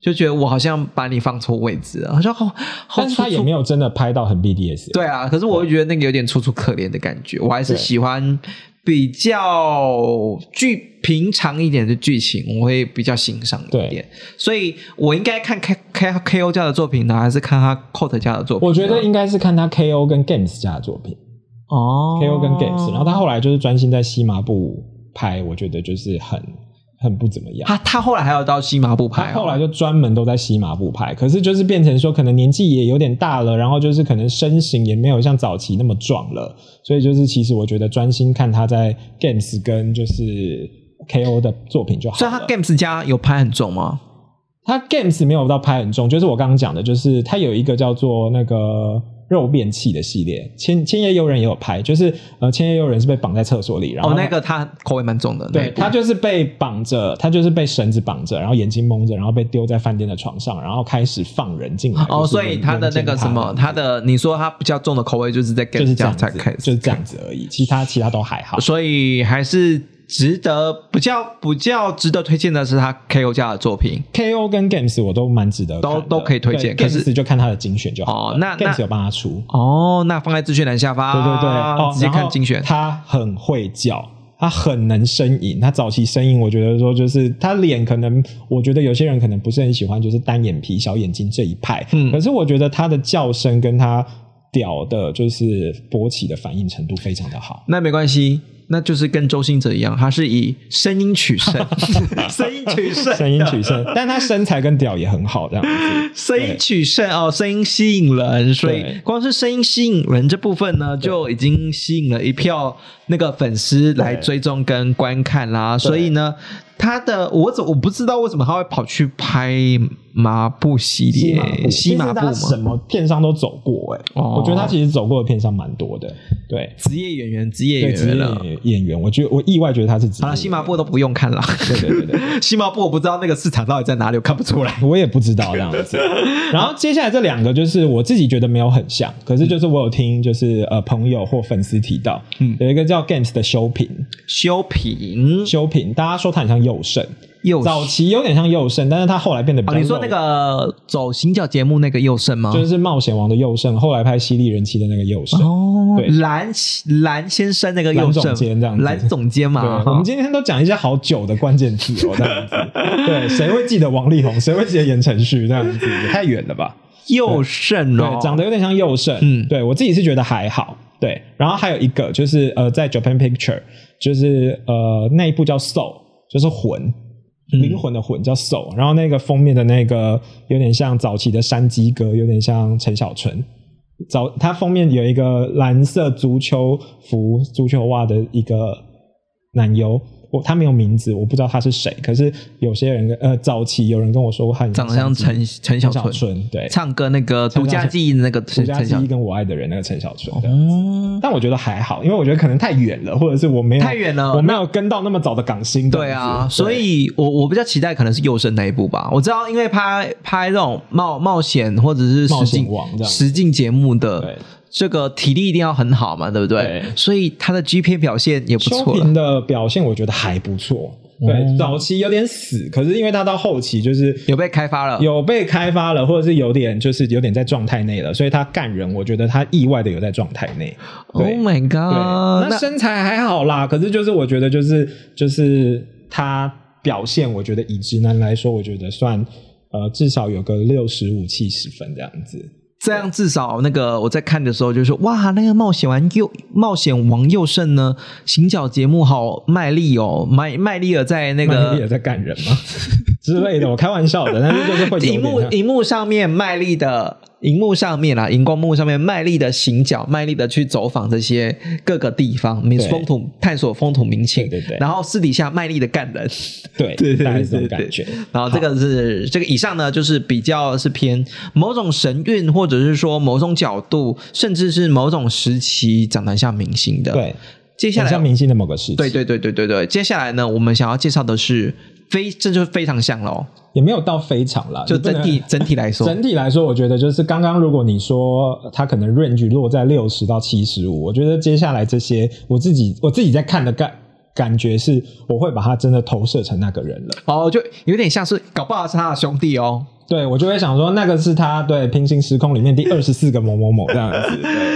就觉得我好像把你放错位置了，好像好好但是他粗也粗没有真的拍到很 BDS。对啊，可是我会觉得那个有点楚楚可怜的感觉，我还是对喜欢比较剧平常一点的剧情，我会比较欣赏一点。所以我应该看 K K K O 家的作品呢，还是看他 Cot 家的作品呢？啊我觉得应该是看他 KO 跟 Games 家的作品、哦 k o 跟 Games，然后他后来就是专心在西麻布拍，我觉得就是很很不怎么样。他他后来还有到西麻布拍、他哦，后来就专门都在西马布拍，可是就是变成说，可能年纪也有点大了，然后就是可能身形也没有像早期那么壮了，所以就是其实我觉得专心看他在 Games 跟就是 KO 的作品就好了。所以他 Games 家有拍很重吗？他 Games 没有到拍很重，就是我刚刚讲的，就是他有一个叫做那个肉便器的系列，千千叶悠人也有拍，就是呃千叶悠人是被绑在厕所里，然后、哦，那个他口味蛮重的，那一对部他就是被绑着，他就是被绳子绑着，然后眼睛蒙着，然后被丢在饭店的床上，然后开始放人进来。就哦，是所以他的那个什么，轮奸他的你说他比较重的口味就是在就 Games 是这家样才子，开始，就是这样子而已，其他其他都还好。所以还是值得比较比较值得推荐的是他 KO 家的作品 KO 跟 Games 我都蛮值得看的，都都可以推荐对可是 Games 就看他的精选就好了。哦那那 Games 有帮他出，哦，那放在资讯栏下方，对对对，哦，直接然看后精选。他很会叫。他很能呻吟，他早期呻吟，我觉得说就是他脸可能，我觉得有些人可能不是很喜欢，就是单眼皮、小眼睛这一派。嗯可是我觉得他的叫声跟他屌的，就是勃起的反应程度非常的好。那没关系，那就是跟周星哲一样，他是以声音取 <laughs> 胜， <laughs> 声音取胜，声音取胜，但他身材跟屌也很好，这样子。声音取胜哦，声音吸引人，所以对光是声音吸引人这部分呢，就已经吸引了一票那个粉丝来追踪跟观看啦。所以呢，他的我怎我不知道为什么他会跑去拍麻布系列西西麻马布，布其实他什嘛，么片商都走过哎、哦我觉得他其实走过的片商蛮多的，对，职业演员，职业对，演职员业了。演演员，我觉得我意外觉得他是职业好了，演员西麻布都不用看了。对对对对，西麻布我不知道那个市场到底在哪里，我看不出来。 <laughs> 我也不知道这样子。 <laughs> 然后接下来这两个就是我自己觉得没有很像，可是就是我有听就是呃朋友或粉丝提到，嗯有一个叫 Games 的修平，修平修平，大家说他很像佑胜，又早期有点像佑胜，但是他后来变得比较哦，肉、你说那个哦走行脚节目那个佑胜吗？就是冒险王的佑胜，后来拍犀利人妻的那个佑胜。哦对，蓝蓝先生那个右蓝总监这样子蓝总监对啊嘛，，哈我们今天都讲一些好久的关键字哦，这样子。对，谁会记得王力宏？谁会记得言承旭？这样子也太远了吧？右胜哦对，，长得有点像佑胜。嗯对我自己是觉得还好。对，然后还有一个就是呃，在 Japan Picture，就是呃那一部叫 Soul，就是魂。嗯灵魂的魂叫 Soul，、然后那个封面的那个有点像早期的山鸡哥，有点像陈小春。早它封面有一个蓝色足球服、足球袜的一个男优，我他没有名字，我不知道他是谁。可是有些人跟呃早期有人跟我说过他很长得像山鸡陈陈小陈春小，春，对，唱歌那个独家记忆的那个独陈家陈记小忆，跟我爱的人那个陈小春的。嗯，但我觉得还好，因为我觉得可能太远了，或者是我没有太远了我没有跟到那么早的港星。对这样啊，子所以我我比较期待可能是右胜那一部吧。我知道，因为拍拍这种冒冒险或者是冒实险境王这样实境节目的对。这个体力一定要很好嘛，对不对？对所以他的 G 片表现也不秋错萍了。哦的表现我觉得还不错，对，早期有点死，可是因为他到后期就是有被开发了，有被开发了，或者是有点就是有点在状态内了，所以他干人，我觉得他意外的有在状态内。 Oh 对 my 对， god！那身材还好啦，可是就是我觉得就是就是他表现，我觉得以直男来说，我觉得算呃至少有个六十五七十分这样子。这样至少那个我在看的时候就说，哇，那个冒险王又冒险王又胜呢，行脚节目好卖力哦，麦麦丽尔在那曼丽也个在干人 <laughs> 吗之类的？我开玩笑的，但是就是会有荧点幕像荧幕上面卖力的。荧幕上面啊，荧光幕上面卖力的行脚，卖力的去走访这些各个地方，民对风土探索风土民情，对对对然后私底下卖力的干人，对对对大概是这对种对感觉。 <laughs> 然后这个是这个以上呢，就是比较是偏某种神韵，或者是说某种角度，甚至是某种时期长得很像明星的。，对，接下很像来，啊明星的某个事情，对对对对对对，接下来呢，我们想要介绍的是非，这就是非常像喽，也没有到非常啦，就你不整能体整体来说，整体来说，我觉得就是刚刚，如果你说呃它可能 range 落在六十到七十五，我觉得接下来这些，我自己我自己在看的感感觉是，我会把它真的投射成那个人了。哦，就有点像是搞不好是他的兄弟哦。对我就会想说，那个是他对平行时空里面第二十四个某某某这样子。对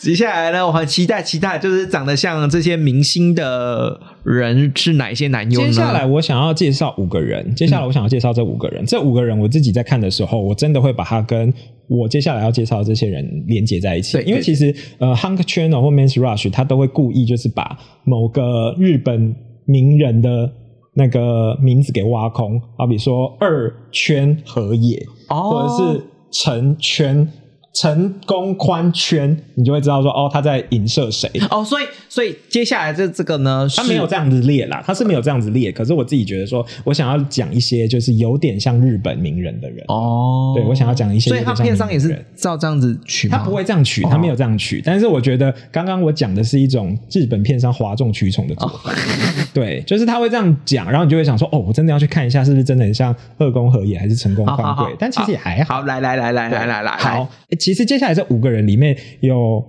接下来呢，我很期待期待，就是长得像这些明星的人是哪一些男优呢？接下来我想要介绍五个人，接下来我想要介绍这五个人，这五个人我自己在看的时候，我真的会把它跟。我接下来要介绍的这些人连接在一起对，因为对其实呃，Hunk Channel 或 Men's Rush 他都会故意就是把某个日本名人的那个名字给挖空，好比说二圈和也，哦或者是陈圈成功宽圈，你就会知道说哦，他在影射谁。哦，所以所以接下来这这个呢，他没有在这样子列啦，他是没有这样子列。可是我自己觉得说，我想要讲一些就是有点像日本名人的人。哦，对，我想要讲一些所以有他点像片商名也人是哦照这样子取吗，他不会这样取，他没有这样取。但是我觉得刚刚我讲的是一种日本片商哗众取宠的做哦法，对，就是他会这样讲，然后你就会想说，哦，我真的要去看一下，是不是真的很像二宫和也还是成功好好宽好贵？但其实也还好。好，来来来来对来来来，好来，诶其实接下来这五个人里面有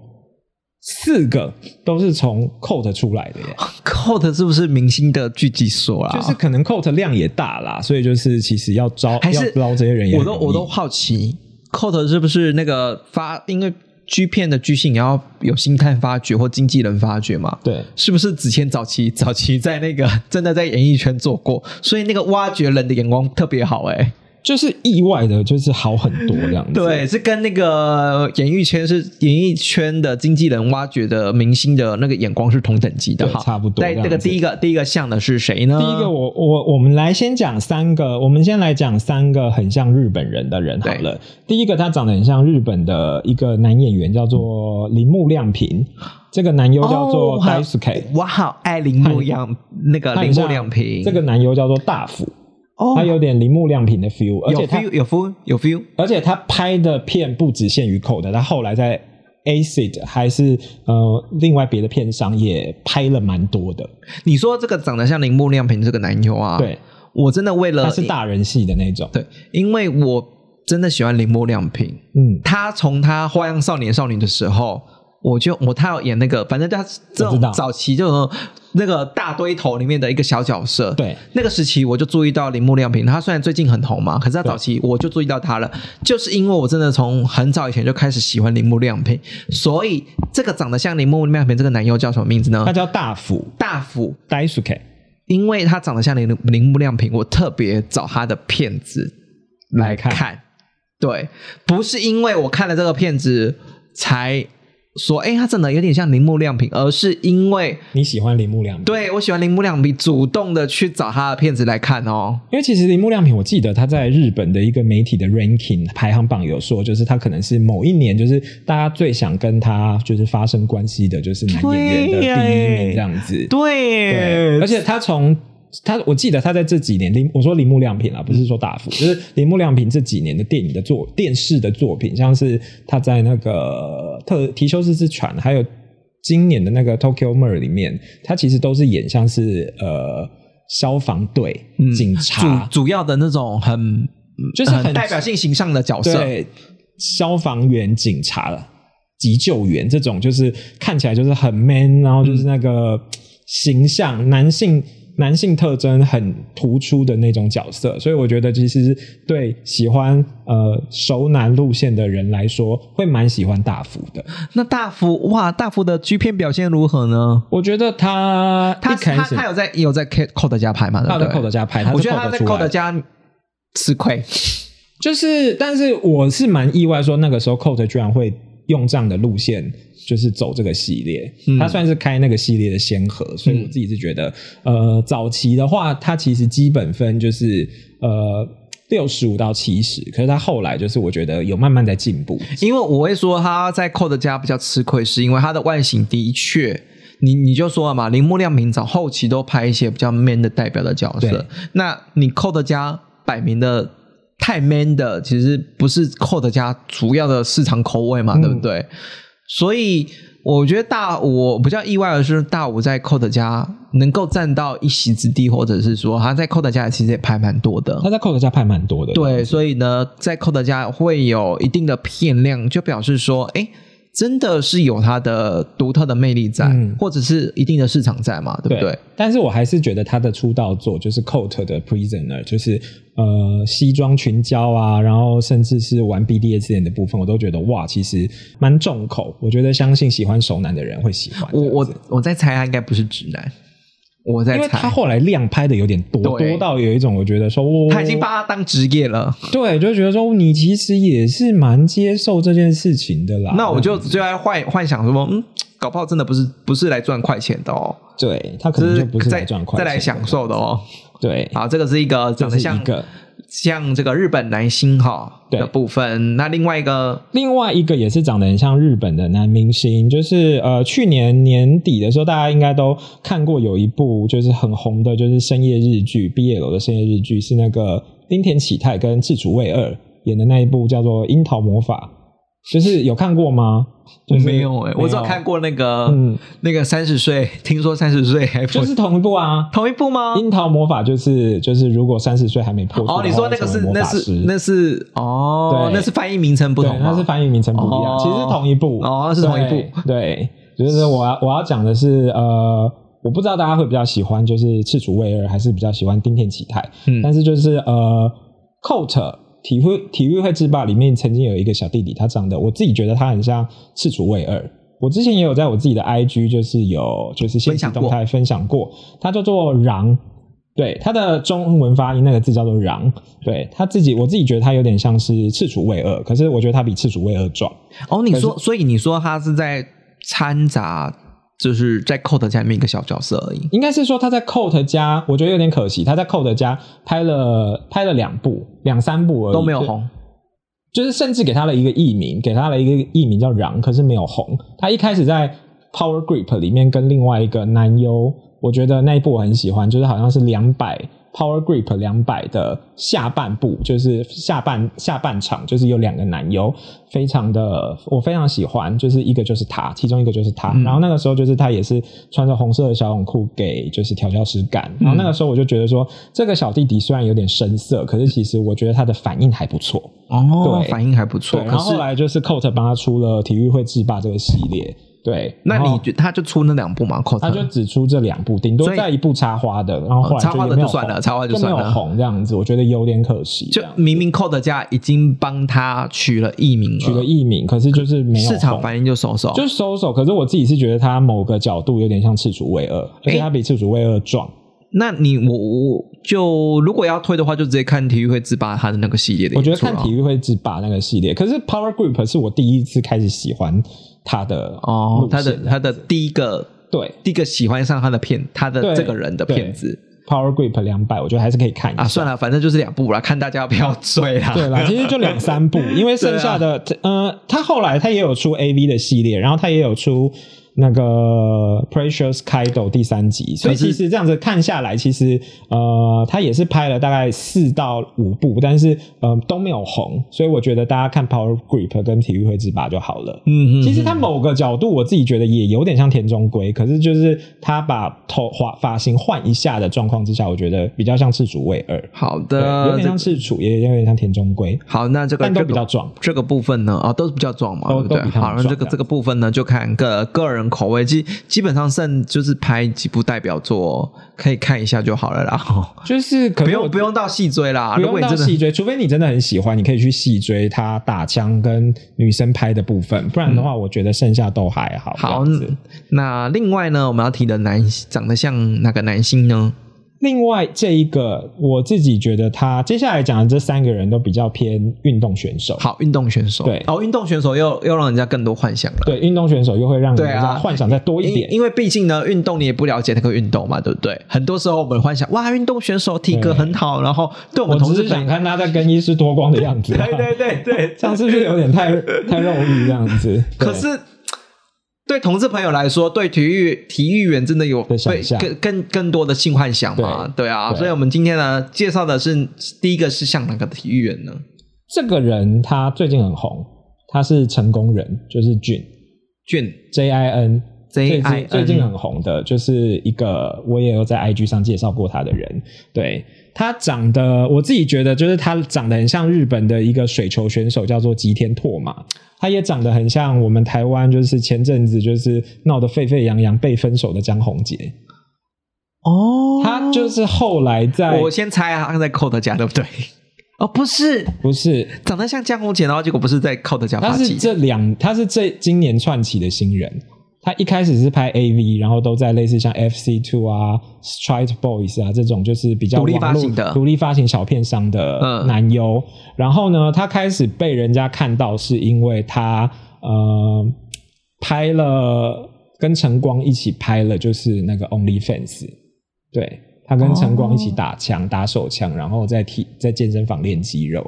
四个都是从 Coat 出来的耶， ，Code 是不是明星的聚集所啊啦？就是可能 Coat 量也大啦，所以就是其实要招还要是捞这些人也我很都容易，我都好奇，Code 是不是那个发因为 G 片的巨星也要有星探发掘或经纪人发掘嘛？对。是不是之前早期早期在那个真的在演艺圈做过，所以那个挖掘人的眼光特别好哎、就是意外的，就是好很多这样子。对，是跟那个演艺圈是演艺圈的经纪人挖掘的明星的那个眼光是同等级的对哈，差不多在这样这个子第一个第一个像的是谁呢？第一个我，我我们来先讲三个，我们先来讲三个很像日本人的人好了。第一个，他长得很像日本的一个男演员，叫做铃木亮平。这个男优叫做哦好 Daisuke，、我好爱铃木亮那个他很铃木像亮平，这个男优叫做大辅，哦他有点铃木亮平的 feel，而有且他 feel 有 feel 有 feel，而且他拍的片不只限于口的，他后来在 Acid 还是呃另外别的片商也拍了蛮多的。你说这个长得像铃木亮平这个男优啊，对，我真的为了他是大人系的那种。对，因为我真的喜欢铃木亮平，嗯，他从他《花样少年少女》的时候，我就我他有演那个，反正他这我知种道早期就那个大堆头里面的一个小角色，对，那个时期我就注意到铃木亮平，他虽然最近很红嘛，可是他早期我就注意到他了，就是因为我真的从很早以前就开始喜欢铃木亮平，所以这个长得像铃木亮平这个男优叫什么名字呢他？叫大辅大辅， Daisuke。因为他长得像铃铃木亮平，我特别找他的片子来来看。看对，不是因为我看了这个片子才说，哎、他真的有点像铃木亮平，而是因为你喜欢铃木亮平？，对我喜欢铃木亮平，主动的去找他的片子来看哦。因为其实铃木亮平，我记得他在日本的一个媒体的 ranking 排行榜有说，就是他可能是某一年，就是大家最想跟他就是发生关系的，就是男演员的对耶第一名这样子。对，对，而且他从他，我记得他在这几年，铃我说铃木亮平啊，不是说大福，嗯就是铃木亮平这几年的电影的作电视的作品，像是他在那个特提修斯之船，还有今年的那个 Tokyo Mer 里面，他其实都是演像是呃消防队、嗯警察，主主要的那种很就是很很代表性形象的角色，对消防员、警察了。急救员这种就是看起来就是很 man，然后就是那个形象、男性男性特征很突出的那种角色，所以我觉得其实对喜欢呃熟男路线的人来说，会蛮喜欢大福的。那大福哇，大福的 G 片表现如何呢？我觉得他他一开他始他有在有在 K Code 家拍嘛？对他不在对 Code 家拍，他是我觉得他在 Code 出来 Code 家吃亏，就是，但是我是蛮意外，说那个时候 Coat 居然会用这样的路线，就是走这个系列，嗯他算是开那个系列的先河，所以我自己是觉得，嗯呃，早期的话，它其实基本分就是呃六十五到七十，可是它后来就是我觉得有慢慢在进步，因为我会说他在 Code 家比较吃亏，是因为他的外形的确。你你就说了嘛，铃木亮平早后期都拍一些比较 man 的代表的角色对，那你 Code 家摆明的太 man 的，其实不是 Code 家主要的市场口味嘛，嗯对不对？所以我觉得大我比较意外的是，大五在 Code 家能够占到一席之地，或者是说他在 Code 家其实也拍蛮多的，他在 Coat 家拍蛮多的，对，所以呢，在 Code 家会有一定的片量，就表示说，哎，真的是有它的独特的魅力在，嗯或者是一定的市场在嘛，对不对？但是我还是觉得他的出道作就是 Coat 的 Prisoner，就是呃西装群交啊，然后甚至是玩 BDSM 的部分，我都觉得哇，其实蛮重口。我觉得相信喜欢熟男的人会喜欢这我样子。我我在猜他应该不是直男，我在因为他猜，后来量拍的有点多，对多到有一种我觉得说，哦他已经把他当职业了。对，就觉得说你其实也是蛮接受这件事情的啦。那我就就在幻幻想说，嗯，搞不好真的不是不是来赚快钱的哦，对他可就能就不是在来赚快再钱的，来享受的哦。对，好，这个是一个长这得是一像个像这个日本男星哈对的部分，那另外一个另外一个也是长得很像日本的男明星，就是呃，去年年底的时候，大家应该都看过有一部就是很红的，就是深夜日剧《毕业楼》的深夜日剧，是那个丁田启泰跟赤楚卫二演的那一部叫做《樱桃魔法》，就是有看过吗？就是、没有哎、我只有看过那个、嗯那个三十岁，听说三十岁还不、就是同一部啊。同一部吗？樱桃魔法就是就是，如果三十岁还没破处的话，哦，你说那个是会成为魔那法是师那是哦，对那是翻译名称不对，同吗？那是翻译名称不一哦样，其实是同一部哦是同一对部对，就是我要我要讲的是，呃，我不知道大家会比较喜欢就是赤楚卫二，还是比较喜欢丁田启泰，嗯但是就是呃，Coat 体育体育会制霸里面曾经有一个小弟弟，他长得我自己觉得他很像赤楚卫二。我之前也有在我自己的 IG 就是有就是现实动态分享过，他叫做穰，对，他的中文发音那个字叫做穰，对他自己我自己觉得他有点像是赤楚卫二，可是我觉得他比赤楚卫二壮。哦，你说，所以你说他是在掺杂，就是在 Code 下面一个小角色而已。应该是说他在 Coat 家，我觉得有点可惜，他在 Coat 家拍了拍了两部两三部而已都没有就红，就是甚至给他了一个艺名，给他了一个艺名叫穰，可是没有红。他一开始在 Power Grip 里面跟另外一个男优，我觉得那一部我很喜欢，就是好像是两百 Power Grip 两百的下半部，就是下半下半场，就是有两个男优，非常的我非常喜欢，就是一个就是他，其中一个就是他。嗯然后那个时候就是他也是穿着红色的小泳裤给就是调教师干，然后那个时候我就觉得说，这个小弟弟虽然有点生涩，可是其实我觉得他的反应还不错。哦，对反应还不错。对，然可后后是，来就是 Coat 帮他出了体育会制霸这个系列，对。那然后你觉他就出那两部嘛他就？Code 只出这两部，顶多所以在一部插花的，然后后来插花的就也没有就算了红插花就就算没了有红这样子，我觉得有点可惜。啊就这样明明 Code 家已经帮他取了艺名取了艺名，可是就是没嗯有市场红反应就收手。就收手。可是我自己是觉得他某个角度有点像赤楚卫二，而且他比赤楚卫二壮。那你我我就如果要推的话，就直接看体育会自拔他的那个系列的演我觉出得了。看体育会制霸那个系列，可是 Power Group 是我第一次开始喜欢他的哦路，他的线他的第一个对第一个喜欢上他的片，他的对这个人的对片子 Power Group 两百，我觉得还是可以看一下。啊，算了，反正就是两部啦，看大家要不要追啦。 <laughs> 对啦，其实就两三部，因为剩下的，啊呃，他后来他也有出 A V 的系列，然后他也有出那个 Precious Kaido 第三集，所以可是其实这样子看下来，其实呃，他也是拍了大概四到五部，但是呃都没有红，所以我觉得大家看 Power Grip 跟体育会制霸就好了。嗯嗯，其实他某个角度，我自己觉得也有点像田中圭，可是就是他把头发发型换一下的状况之下，我觉得比较像赤楚卫二，好对，有的，点这像赤楚，也有点像田中圭。呃好，那这个但都这个比较壮这个部分呢，啊、都是比较壮嘛，都对不对都？比他们好，那壮这个这样这个部分呢，就看个个人口味，基基本上剩就是拍几部代表作，可以看一下就好了啦，哦就是可不能我用不用到细追啦。不如果用你到真细的追，除非你真的很喜欢，你可以去细追他打枪跟女生拍的部分，不然的话，我觉得剩下都还好。好嗯这样子，那另外呢，我们要提的男长得像哪个男星呢？另外这一个我自己觉得他接下来讲的这三个人都比较偏运动选手，好，运动选手，对哦，运动选手又又让人家更多幻想了。对运动选手又会让人对啊家幻想再多一因点。因为毕竟呢，运动你也不了解那个运动嘛，对不对？很多时候我们幻想，哇，运动选手体格对很好，然后对我我们同只事是想看他在更衣室脱光的样子、<laughs> 啊，对对对对， <laughs> 这样是不是有点太太肉欲这样子？对可是对同志朋友来说，对体育体育员真的有的想会象更更更多的性幻想嘛？对啊，对所以我们今天呢介绍的是第一个是像哪个体育员呢？这个人他最近很红，他是成功人，就是俊。俊 J I N。 JIN 最近最近很红的，就是一个我也有在 IG 上介绍过他的人。对他长得，我自己觉得就是他长得很像日本的一个水球选手，叫做吉田拓马。他也长得很像我们台湾，就是前阵子就是闹得沸沸扬扬被分手的江宏杰。哦他就是后来在我先猜啊，他在 Code 家对不对？ <laughs> 哦，不是，不是，长得像江宏杰，然后结果不是在 Code 家他发是起。这两，他是这今年串起的新人。他一开始是拍 AV，然后都在类似像 FC Two 啊、Strike Boys 啊这种，就是比较独立网发络行的独立发行小片商的嗯男优。然后呢，他开始被人家看到，是因为他呃拍了跟晨光一起拍了，就是那个 OnlyFans。对，他跟晨光一哦起打枪、打手枪，然后在体在健身房练肌肉。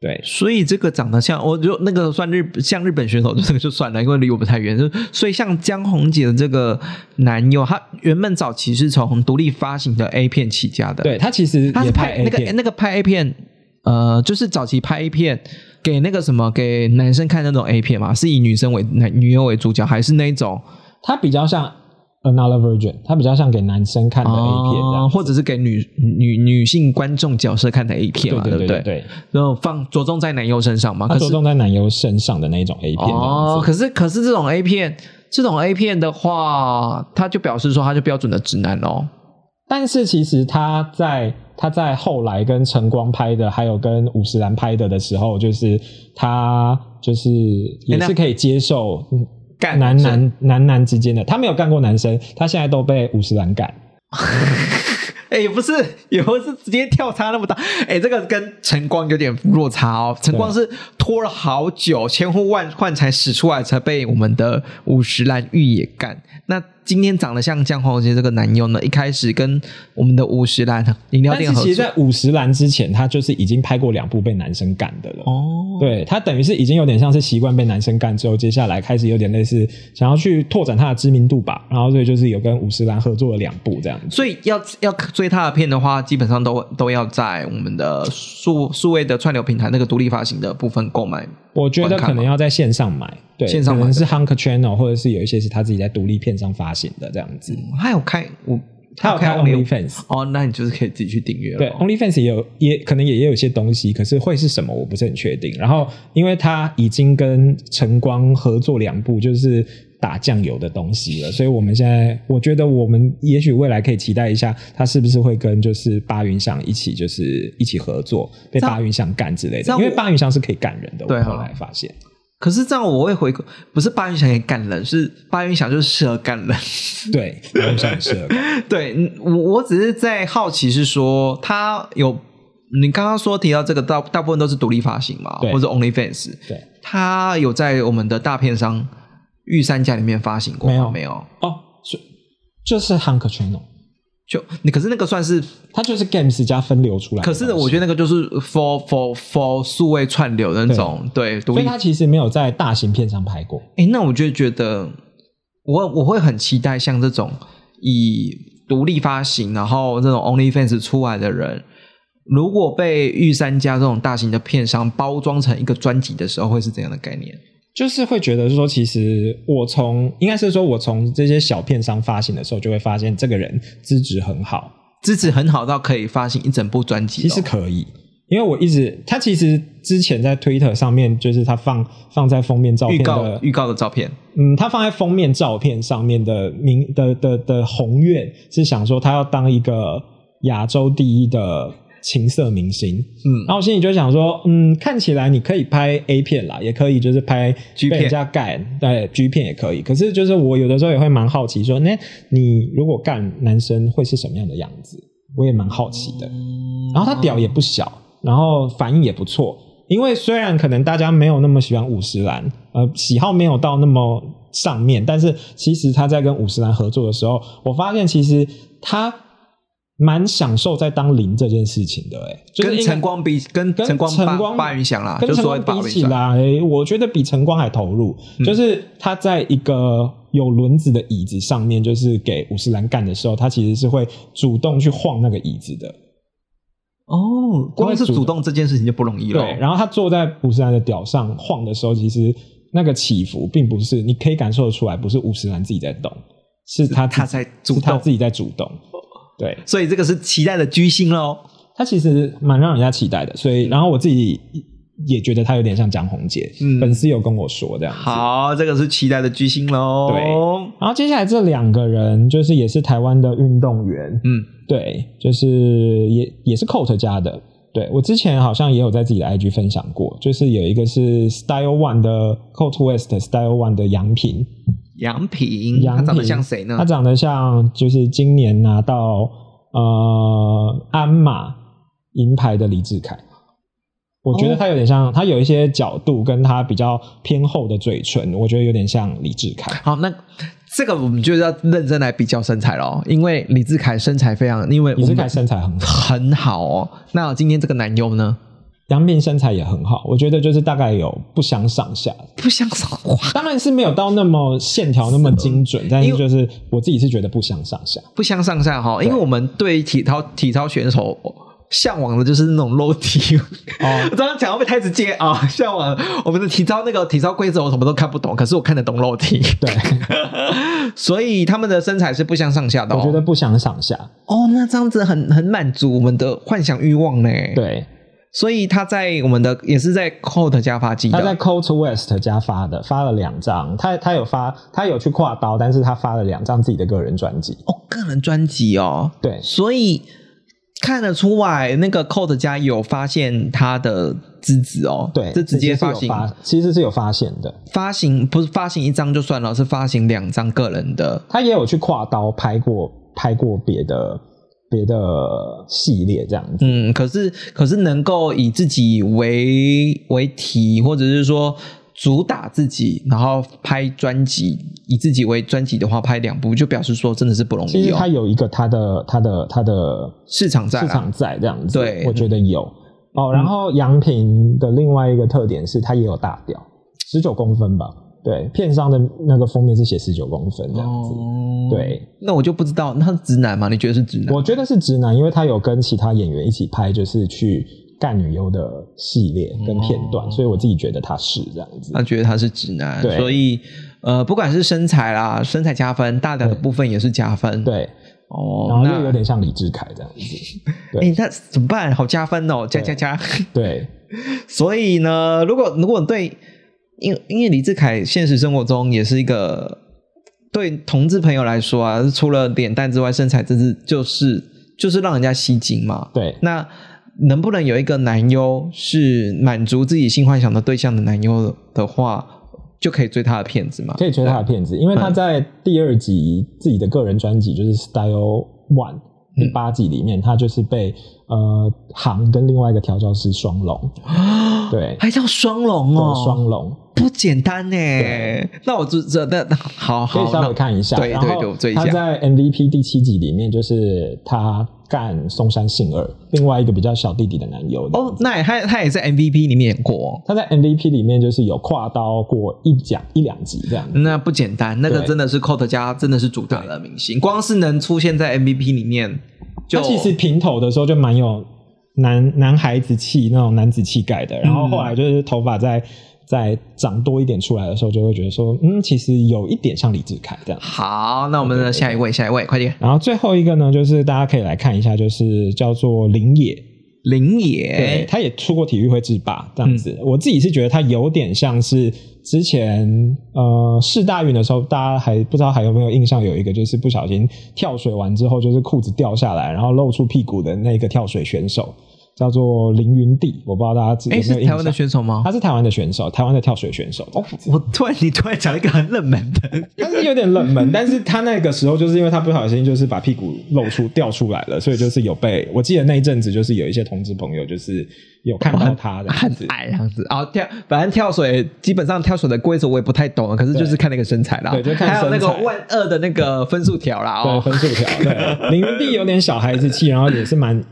对，所以这个长得像，我就那个算日像日本选手，这个就算了，因为离我们太远。就所以像江宏杰的这个男优，他原本早期是从独立发行的 A 片起家的，对他其实他也是拍拍 A 那个片，那个拍 A 片，呃，就是早期拍 A 片给那个什么给男生看那种 A 片嘛，是以女生为男女优为主角，还是那一种他比较像 Another Virgin，他比较像给男生看的 A 片这啊，样。或者是给女女女性观众角色看的 A 片嘛，对不对对对，然后放着重在男优身上嘛，他可着是重在男优身上的那种 A 片这样哦，子。可是可是这种 A 片，这种 A 片的话，他就表示说他就标准的直男哦。但是其实他在他在后来跟晨光拍的，还有跟五十岚拍的的时候，就是他就是也哎那是可以接受嗯干男是男男男之间的，他没有干过男生，他现在都被五十岚干。哎、也不是，也不是直接跳差那么大。哎、这个跟晨光有点落差哦。晨光是拖了好久，千呼万唤才使出来，才被我们的五十岚玉也干。那今天长得像江宏杰这个男优呢，一开始跟我们的五十岚饮料但店是合其作实，在五十岚之前，他就是已经拍过两部被男生干的了。哦，对他等于是已经有点像是习惯被男生干之后，接下来开始有点类似想要去拓展他的知名度吧，然后所以就是有跟五十岚合作了两部这样子。所以要要追他的片的话，基本上都都要在我们的数数位的串流平台那个独立发行的部分购买。我觉得观看可能要在线上买，对，线上买可能是 Hunk Channel 或者是有一些是他自己在独立片上发行的这样子。嗯他有开我，他有开 Only- OnlyFans，哦，那你就是可以自己去订阅了。哦对，OnlyFans 也有也可能也也有一些东西，可是会是什么我不是很确定。然后因为他已经跟晨光合作两部，就是。打酱油的东西了，所以我们现在我觉得我们也许未来可以期待一下，他是不是会跟就是八云翔一起就是一起合作，被这样八云翔干之类这的，样因为我八云翔是可以干人的，对我啊后来发现。可是这样我会回，不是八云翔也干人，是八云翔就是适合干人。对，八云翔很适合 <laughs> 干。对，嗯我我只是在好奇是说他有。你刚刚说提到这个大大部分都是独立发行嘛，对或者 OnlyFans，对，他有在我们的大片商御三家里面发行过吗没有没有，哦，所以就是 Hunk Channel，就你可是那个算是，它就是 Games 加分流出来的可东西。是我觉得那个就是 for for for 数位串流的那种，对，独所立以。它其实没有在大型片上拍过。哎，那我就觉得我我会很期待像这种以独立发行，然后这种 OnlyFans 出来的人，如果被御三家这种大型的片商包装成一个专辑的时候，会是怎样的概念？就是会觉得说，其实我从应该是说，我从这些小片商发行的时候，就会发现这个人资质很好，支持很好到可以发行一整部专辑、哦，其实可以，因为我一直他其实之前在 Twitter 上面，就是他放放在封面照预片告的，预告的照片，嗯，他放在封面照片上面的名的的的宏愿是想说他要当一个亚洲第一的情色明星，嗯然，后我心里就想说，嗯，看起来你可以拍 A 片啦，也可以就是拍 G 被片人家干，对 G 片也可以。可是就是我有的时候也会蛮好奇说，那你如果干男生会是什么样的样子？我也蛮好奇的。然后哦他屌也不小，然后反应也不错。因为虽然可能大家没有那么喜欢五十岚，呃，喜好没有到那么上面，但是其实他在跟五十岚合作的时候，我发现其实他蛮享受在当零这件事情的、欸，哎，就是跟应该晨光比，跟跟晨光晨八光八云翔啦，跟就晨所谓光八比云起翔，来，我觉得比晨光还投入。嗯就是他在一个有轮子的椅子上面，就是给五十岚干的时候，他其实是会主动去晃那个椅子的。哦，光是主主动这件事情就不容易了。哦对，然后他坐在五十岚的屌上晃的时候，其实那个起伏并不是你可以感受得出来，不是五十岚自己在动，是他自他在主是他动，自己在主动。对，所以这个是期待的居心喽。他其实蛮让人家期待的，所以然后我自己也觉得他有点像江宏杰，嗯粉丝有跟我说这样子。好，这个是期待的居心喽。对然后接下来这两个人就是也是台湾的运动员，嗯，对，就是也也是 Coat 家的。对我之前好像也有在自己的 IG 分享过，就是有一个是 Style One 的 Coat West Style One 的杨平，杨平，杨他长得平像谁呢他？长得像就是今年拿到呃鞍马银牌的李志凯。我觉得他有点像，他有一些角度跟他比较偏厚的嘴唇，我觉得有点像李志凯。好，那这个我们就要认真来比较身材咯，因为李志凯身材非常，因为李我志们凯身材很好，很好哦。那今天这个男优呢，杨斌身材也很好，我觉得就是大概有不相上下。不相上哇，当然是没有到那么线条那么精准，但是就是我自己是觉得不相上下。不相上下哈、因为我们对体操体操选手向往的就是那种 low 体。 <laughs> 哦我刚刚讲会不会太直接啊？向往我们的体操那个体操规则我什么都看不懂，可是我看得懂 low 体。 <laughs> 对， <laughs> 所以他们的身材是不相上下的、哦。我觉得不相上下。哦，那这样子很很满足我们的幻想欲望呢。，对，所以他在我们的也是在 Code 加发机他在的。 Cold to West 家发的，发了两张。他他有发，他有去跨刀，但是他发了两张自己的个人专辑。哦，个人专辑哦，对，所以看得出来，那个 Code 加有发现他的资质哦。对，这直接发其实行是有发，其实是有发现的。发行不是发行一张就算了，是发行两张个人的。他也有去跨刀拍过拍过别的别的系列这样子。嗯，可是可是能够以自己为为题，或者是说主打自己，然后拍专辑，以自己为专辑的话，拍两部就表示说真的是不容其易实他哦。有一个他的他的他的市场在啊市啦，场在这样子，对嗯我觉得有哦。然后杨平的另外一个特点是，它也有大调，十九公分吧，对，片上的那个封面是写十九公分这样子，哦，对，那我就不知道，那他是直男吗？你觉得是直男？我觉得是直男，因为他有跟其他演员一起拍，就是去干女优的系列跟片段，哦啊所以我自己觉得他是这样子他。觉得他是直男，对所以呃，不管是身材啦，身材加分，大胆的部分也是加分。，对，然哦，后又有那点像李志凯这样子，对哎，那怎么办？好加分哦，加加对加。 <laughs> 对，所以呢，如果如果对，因因为李志凯现实生活中也是一个对同志朋友来说啊，除了脸蛋之外，身材真是就是就是让人家吸睛嘛。对那能不能有一个男优是满足自己性幻想的对象的男优的话，就可以追他的片子嘛？可以追他的片子，因为嗯他在第二集自己的个人专辑就是《Style One》第嗯八集里面，他就是被呃航跟另外一个调教师双 <gasps> 龙，对，还叫双龙哦，对双龙不简单呢。那我就这那好可以好稍微那看一下。对然后对对我追一下他在 MVP 第七集里面，就是他干松山信二另外一个比较小弟弟的男友的哦，那也他他也在 MVP 里面演过、哦。他在 MVP 里面就是有跨刀过一讲一两集这样子，那不简单，那个对真的是 Cot 家真的是主打的明星，光是能出现在 MVP 里面，就他其实平头的时候就蛮有男男孩子气那种男子气概的，然后后来就是头发在在长多一点出来的时候，就会觉得说，嗯，其实有一点像李志凯这样。好。那我们的下一位，下一位，快点，然后最后一个呢，就是大家可以来看一下，就是叫做林野，林对，野，哎他也出过体育会制霸这样子。嗯我自己是觉得他有点像是之前呃世大运的时候，大家还不知道还有没有印象，有一个就是不小心跳水完之后，就是裤子掉下来，然后露出屁股的那个跳水选手，叫做凌云帝，我不知道大家知有哎，没有是印台象。湾的选手吗他？是台湾的选手，台湾的跳水选手，哦，我突然你突然讲了一个很冷门的， <laughs> 但是有点冷门。但是他那个时候就是因为他不小心就是把屁股露出掉出来了，所以就是有被我记得那一阵子就是有一些同志朋友就是有看到他的哦很矮这样子。哦，跳，反正跳水基本上跳水的规则我也不太懂，可是就是看那个身材啦，对就看还有那个身材万二的那个分数条啦，对，哦，分数条。 <laughs> 对，林地有点小孩子气，然后也是蛮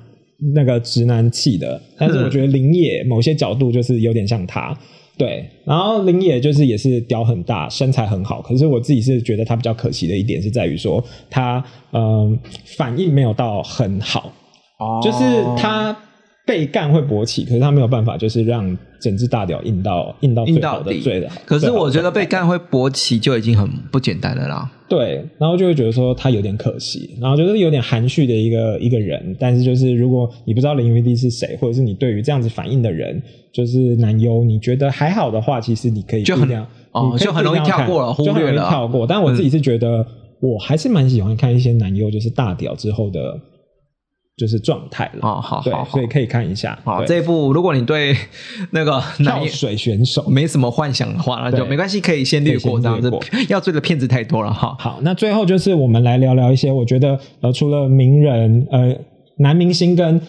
那个直男气的。但是我觉得林野某些角度就是有点像他。对，然后林野就是也是屌很大，身材很好，可是我自己是觉得他比较可惜的一点是在于说他嗯、反应没有到很好，哦就是他被干会勃起，可是他没有办法就是让整只大屌硬到硬到硬最到好的底最好。可是最好我的觉得状态被干会勃起就已经很不简单了啦。对，然后就会觉得说他有点可惜，然后就是有点含蓄的一个一个人。但是就是如果你不知道林云迪是谁，或者是你对于这样子反应的人，就是男优，你觉得还好的话，其实你可以就不一很定要哦你可以就很容易不一定要跳过了看忽就很略容易了跳过。但我自己是觉得，我还是蛮喜欢看一些男优就是大屌之后的，就是状态了。哦，好对好，好所以可以看一下。好，对啊这一部如果你 <laughs> 对那个男跳演水选手没什么幻想的话，那就对没关系，可以先略过可以先这样子略过。要追的骗子太多了哈。好，那最后就是我们来聊聊一些，我觉得呃，除了名人呃，男明星跟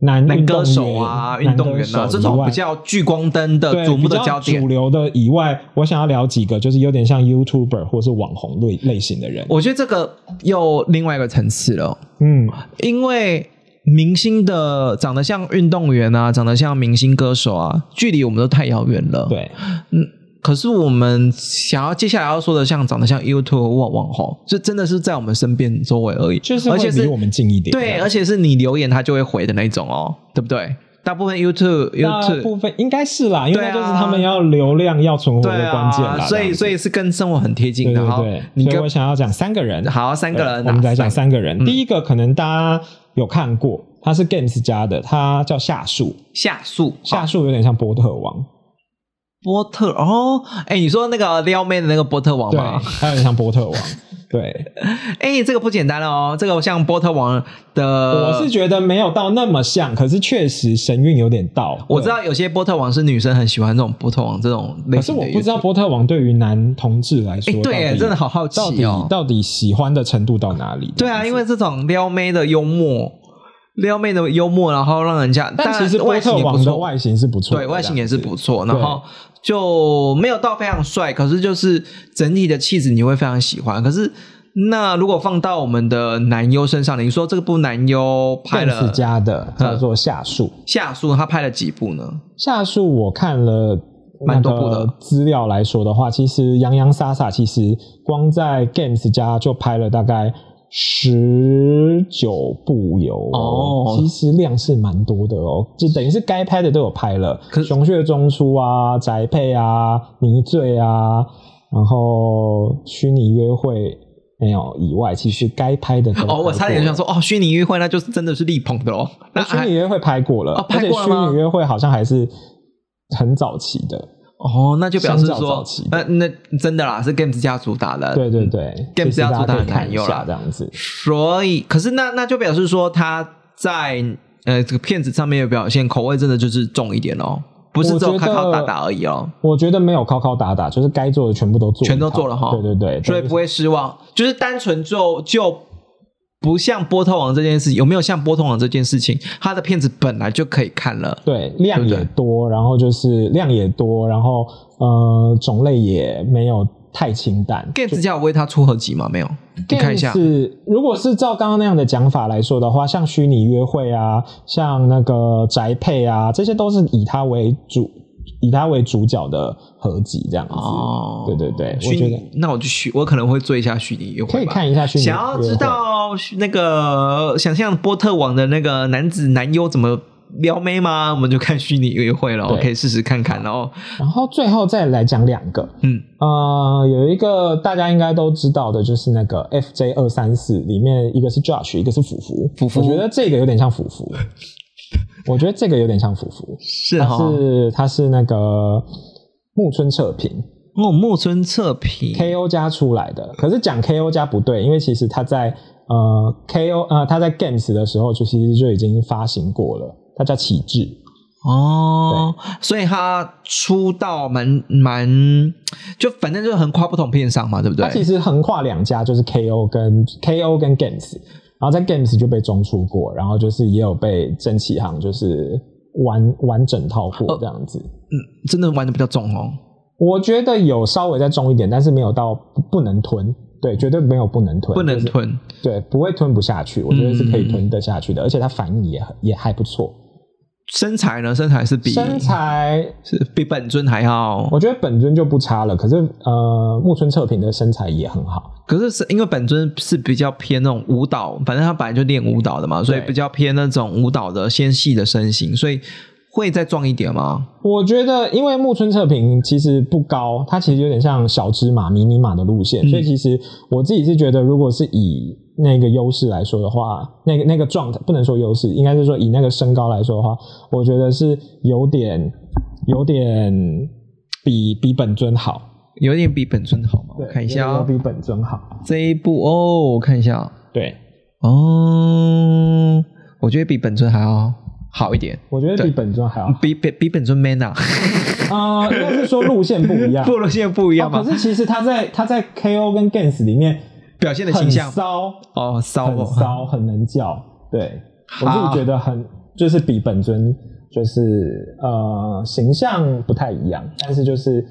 男男运动歌员手啊、运男动歌员手啊，这以种外比较聚光灯的对瞩目的比较焦点主。流的以外，我想要聊几个，就是有点像 YouTuber 或是网红类类型的人。我觉得这个又另外一个层次了，嗯，因为明星的长得像运动员啊，长得像明星歌手啊，距离我们都太遥远了。，对，嗯。可是我们想要接下来要说的，像长得像 YouTube 网网红，这真的是在我们身边周围而已，就是而会且离是我们近一点。对，而且是你留言他就会回的那一种哦，对不对？大部分 YouTube 大 YouTube 部分应该是啦，因为对那啊就是他们要流量、要存活对的关键啦。啊，所以所以以是跟生活很贴近对的哈。对对，你所以跟我想要讲三 <laughs> 个人，好三个对人，嗯我们来讲哪三个人。第一个可能大家有看过，他是 Games 家的，他叫夏树，下树夏树有点像波特王，波特哦，哎，你说那个撩妹的那个波特王对吗？，他有点像波特王， <laughs> 对。哎，这个不简单哦，这个像波特王的，我是觉得没有到那么像，可是确实神韵有点到。我知道有些波特王是女生很喜欢这种波特王这种类对，可是型的我 YouTube，不知道波特王对于男同志来哎，说到底，对耶，真的好好奇到底哦。到底喜欢的程度到哪里？对啊，因为这种撩妹的幽默，撩妹的幽默，然后让人家，但当然其实波外形特也不王的错，外形是不错的，对外形也是不错，对然后就没有到非常帅，可是就是整体的气质你会非常喜欢。可是那如果放到我们的男优身上，你说这部男优这拍样子。了嗯 Benz 家的叫做夏树，夏树，他拍了几部呢？夏树我看了。蛮多部的资料来说的话，其实洋洋洒洒，其实光在 Games 家就拍了大概十九部有哦其实量是蛮多的哦，就等于是该拍的都有拍了，可是熊血中出》啊、宅配啊、泥醉啊，然后虚拟约会没有以外，其实该拍的都哦，我拍差点过想了说，哦，虚拟约会那就是真的是力捧的哦。那那虚还拟约会拍过了，哦拍过了而且吗虚拟约会好像还是很早期的，哦，那就表示相较早说期，呃，那真的啦，是 Games 家主打的。对对对 Games 就是要大做家大可的以看男一优下啦这，样子。所以，可是那那就表示说他在呃这个片子上面的表现口味真的就是重一点哦，不是只有我靠觉得靠打打而已哦，我觉得没有敲敲打打，就是该做的全部都做一套，全都做了哈对对对，所以不会失望。就是单纯就就不像波特王这件事，有没有像波特王这件事情，他的片子本来就可以看了。对量对不也对多，然后就是量也多，然后呃种类也没有太清淡。 Games 家有为他出合集吗？没有，你看一下。是如果是照刚刚那样的讲法来说的话，像虚拟约会啊，像那个宅配啊，这些都是以它为主，以它为主角的合集这样子。哦，对对对虚拟我觉得那我就虚，我可能会做一下虚拟约会吧，可以看一下虚拟约想会。要知道那个想象波特网的那个男子男优怎么撩妹吗？我们就看虚拟约会了，对我可以试试看看。然后，然后最后再来讲两个，嗯，呃，有一个大家应该都知道的，就是那个 FJ 二三四里面一个是 Josh，一个是福福。福福我觉得这个有点像福 <laughs> 福。我觉得这个有点像福福，是他哈、哦，是他是那个木村彻平哦木村测评 KO 加出来的，可是讲 KO 加不对，因为其实他在呃 KO 呃他在 Games 的时候就其实就已经发行过了，他叫启智。哦，所以他出道蛮蛮，就反正就是横跨不同片商嘛，对不它其对？实横跨两家，就是 KO 跟 KO 跟 Games，然后在 Games 就被中出过，然后就是也有被正启航就是完完整套哦过这样子。嗯真的玩的比较重哦。我觉得有稍微再中一点，但是没有到不不能吞，对，绝对没有不能吞，不能就是吞，对，不会吞不下去，我觉得是可以吞得下嗯去的，而且它反应也也还不错，身材呢？身材是比身材。是比本尊还要，我觉得本尊就不差了，可是呃，木村彻平的身材也很好，可是是因为本尊是比较偏那种舞蹈，反正他本来就练舞蹈的嘛，所以比较偏那种舞蹈的纤细的身形，所以会再壮一点吗？我觉得，因为木村测评其实不高，它其实有点像小芝麻、迷你马的路线，嗯所以其实我自己是觉得，如果是以那个优势来说的话，那个那个状态不能说优势，应该是说以那个身高来说的话，我觉得是有点有点比比本尊好。有点比本尊好吗？我看一下有哦点比本尊好。这一部哦，我看一下对，哦，我觉得比本尊还要好一点，我觉得比本尊还要好。比比比本尊 man 啊，啊、应该是说路线不一样。部落线 <laughs> 不一样哦嘛，可是其实他在他在 KO 跟 Gens 里面表现的很形象骚。哦，骚很哦，骚，很能叫。对我自己好觉得很，就是比本尊就是呃形象不太一样，但是就是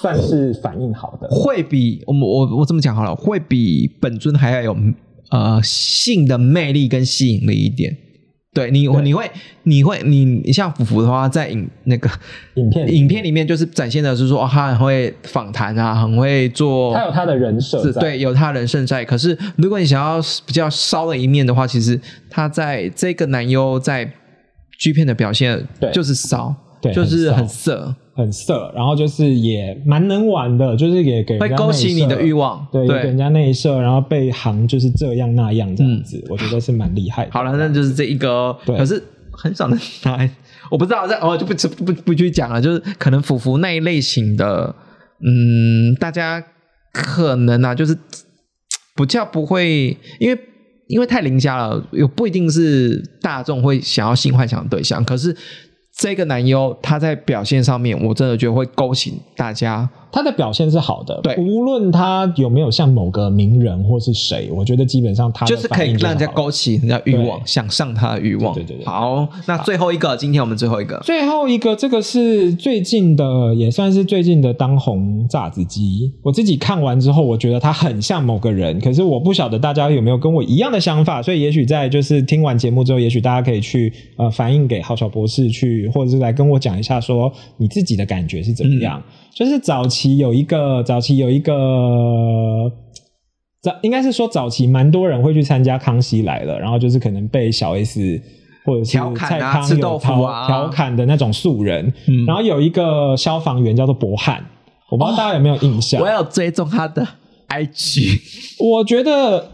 算是反应好的。会比我们我我这么讲好了，会比本尊还要有呃性的魅力跟吸引力一点。对你，对你会，你会，你你像福福的话，在影那个影片里影片里面，就是展现的是说，哦，他很会访谈啊，很会做，他有他的人设是在，对，有他人胜在。可是如果你想要比较骚的一面的话，其实他在这个男优在 G 片的表现，对就是骚，对就是很很骚色，很色，然后就是也蛮能玩的，就是也给人会家勾起内你的射欲。望。对，也给人家内射，然后被行就是这样那样这样子，我觉得是蛮厉害的。嗯好了，那就是这一个哦。对可是很少能拿来，我不知道，这我就不不不不去讲了。就是可能福福那一类型的，嗯，大家可能啊，就是不叫不会，因为因为太邻家了，又不一定是大众会想要性幻想的对象。可是这个男优他在表现上面，我真的觉得会勾起大家他的表现是好的，对无论他有没有像某个名人或是谁，我觉得基本上他的就是可以反应让人家好勾起人家欲望，对想上他的欲望。对对对对好，那最后一个，今天我们最后一个，最后一个，这个是最近的，也算是最近的当红炸子鸡。我自己看完之后，我觉得他很像某个人，可是我不晓得大家有没有跟我一样的想法，所以也许在就是听完节目之后，也许大家可以去呃反映给郝小博士去，或者是来跟我讲一下说你自己的感觉是怎么样。就是早期有一个，早期有一个。早应该是说早期蛮多人会去参加《康熙来了》，然后就是可能被小 S 或者是调侃蔡啊康吃永豆腐调啊调侃的那种素人。嗯然后有一个消防员叫做博汉，我不知道大家有没有印象？哦我有追踪他 <laughs> 的 IG，我觉得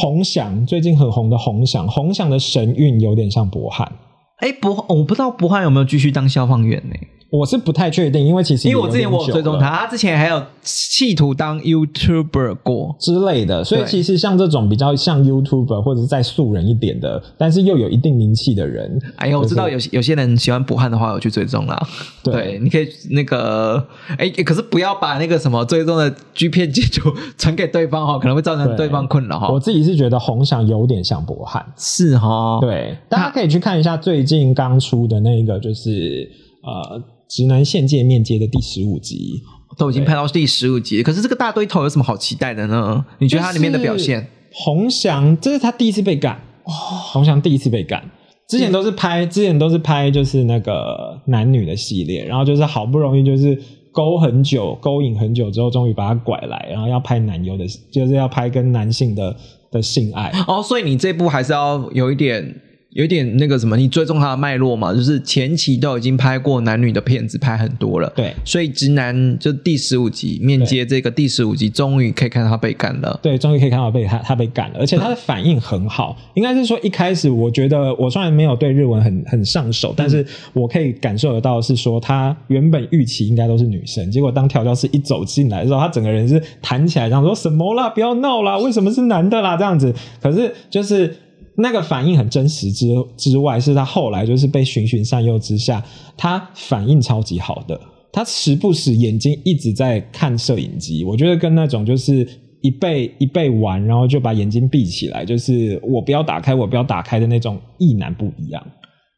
洪翔最近很红的洪翔，洪翔的神韵有点像博汉。哎，博，我不知道博汉有没有继续当消防员呢、我是不太确定，因为其实因为我之也前点我有追久踪了他，他之前还有企图当 YouTuber 过。之类的，所以对其实像这种比较像 YouTuber 或者是再素人一点的，但是又有一定名气的人，哎呀，我知道有有些人喜欢博汉的话，我去追踪啦。对你可以那个，哎，可是不要把那个什么追踪的 G 片截图传给对方哈、哦，可能会造成对方困扰哈、我自己是觉得洪翔有点像博汉，是哈、哦，，对，大家可以去看一下最近刚出的那个，就是呃，直男限界面接的第十五集。都已经拍到第十五集，可是这个大堆头有什么好期待的呢？你觉得它里面的表现？？洪翔，这是他第一次被干哦，洪翔第一次被干。之前都是拍，嗯之前都是拍就是那个男女的系列，然后就是好不容易就是勾很久，勾引很久之后，终于把他拐来，然后要拍男优的，就是要拍跟男性的的 <laughs> 性爱。哦，所以你这部还是要有一点，有一点那个什么，你追踪它的脉络嘛，就是前期都已经拍过男女的片子，拍很多了。对所以直男就第十五集面接这个第十五集，终于可以看到他被干了。对，终于可以看到被他他被干了，而且他的反应很好。应该是说一开始，我觉得我虽然没有对日文很很上手，但是我可以感受得到是说，他原本预期应该都是女生，结果当调教师一走进来的时候，他整个人是弹起来，然后说什么啦，不要闹啦，为什么是男的啦这样子。可是就是。那个反应很真实之之外，是他后来就是被循循善诱之下，他反应超级好的。他时不时眼睛一直在看摄影机，我觉得跟那种就是一被一被玩，然后就把眼睛闭起来，就是我不要打开，我不要打开的那种意男不一样。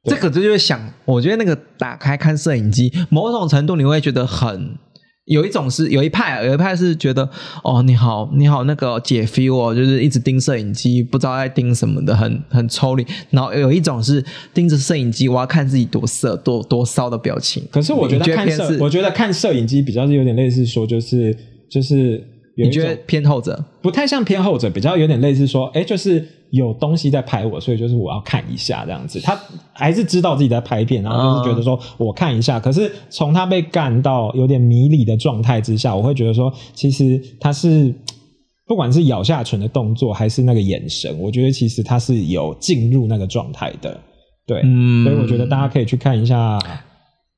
对这个就是想，我觉得那个打开看摄影机，某种程度你会觉得很。有一种是有一派，啊有一派是觉得哦，你好，你好，那个姐 feel 哦，就是一直盯摄影机，不知道在盯什么的，很很抽离。然后有一种是盯着摄影机，我要看自己多色多多骚的表情。可是我觉你得觉得看偏摄，是我觉得看摄影机比较是有点类似说，就是就是有一你觉得种偏后者？不太像偏后者，比较有点类似说，哎、就是有东西在拍我，所以就是我要看一下这样子。他还是知道自己在拍片，然后就是觉得说我看一下。可是从他被干到有点迷离的状态之下，我会觉得说，其实他是。不管是咬下唇的动作，还是那个眼神，我觉得其实他是有进入那个状态的，对，嗯所以我觉得大家可以去看一下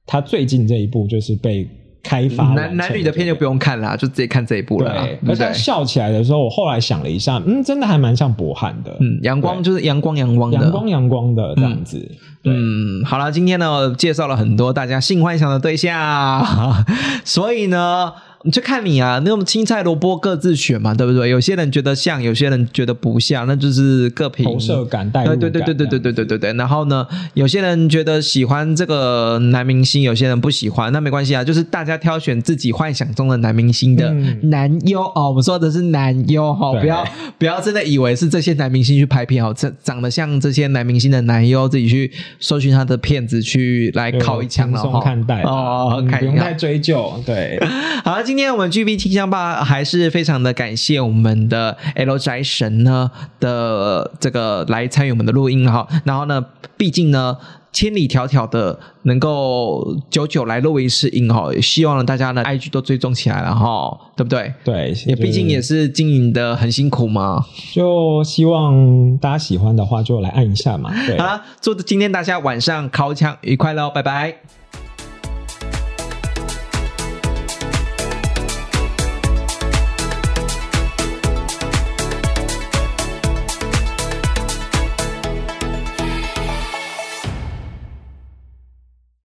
他最近这一部，就是被开发完嗯男成男女的片就这个不用看啦，就直接看这一部了啦。对，对而不且他对？笑起来的时候，我后来想了一下，嗯，真的还蛮像博翰的，嗯，阳光就是阳光阳光的。阳光阳光的这样子。嗯，嗯，好 <laughs> 了，今天呢介绍了很多大家性幻想的对象，所以呢，你就看你啊，那种青菜萝卜各自选嘛，对不对？有些人觉得像，有些人觉得不像，那就是各凭投射感带入对感嗯对对对对对这样对对对对。然后呢，有些人觉得喜欢这个男明星，有些人不喜欢，那没关系啊，就是大家挑选自己幻想中的男明星的嗯男优、哦。我们说的是男优哈、哦，对不要不要真的以为是这些男明星去拍片哦，这长得像这些男明星的男优，自己去搜寻他的片子去来对烤一枪了轻哈、松看待哦哦，哦嗯看不一用下太。追究。对， <laughs> 好，今天我们 GB 清香吧还是非常的感谢我们的 L 宅神呢的这个来参与我们的录音哈。然后呢，毕竟呢。千里迢迢的能够久久来录一次音哈，也希望大家呢 IG 都追踪起来了哈，对不对？对， <laughs> 也就是毕竟也是经营的很辛苦嘛。就希望大家喜欢的话就来按一下嘛。对好，了，祝今天大家晚上烤抢愉快喽，拜拜。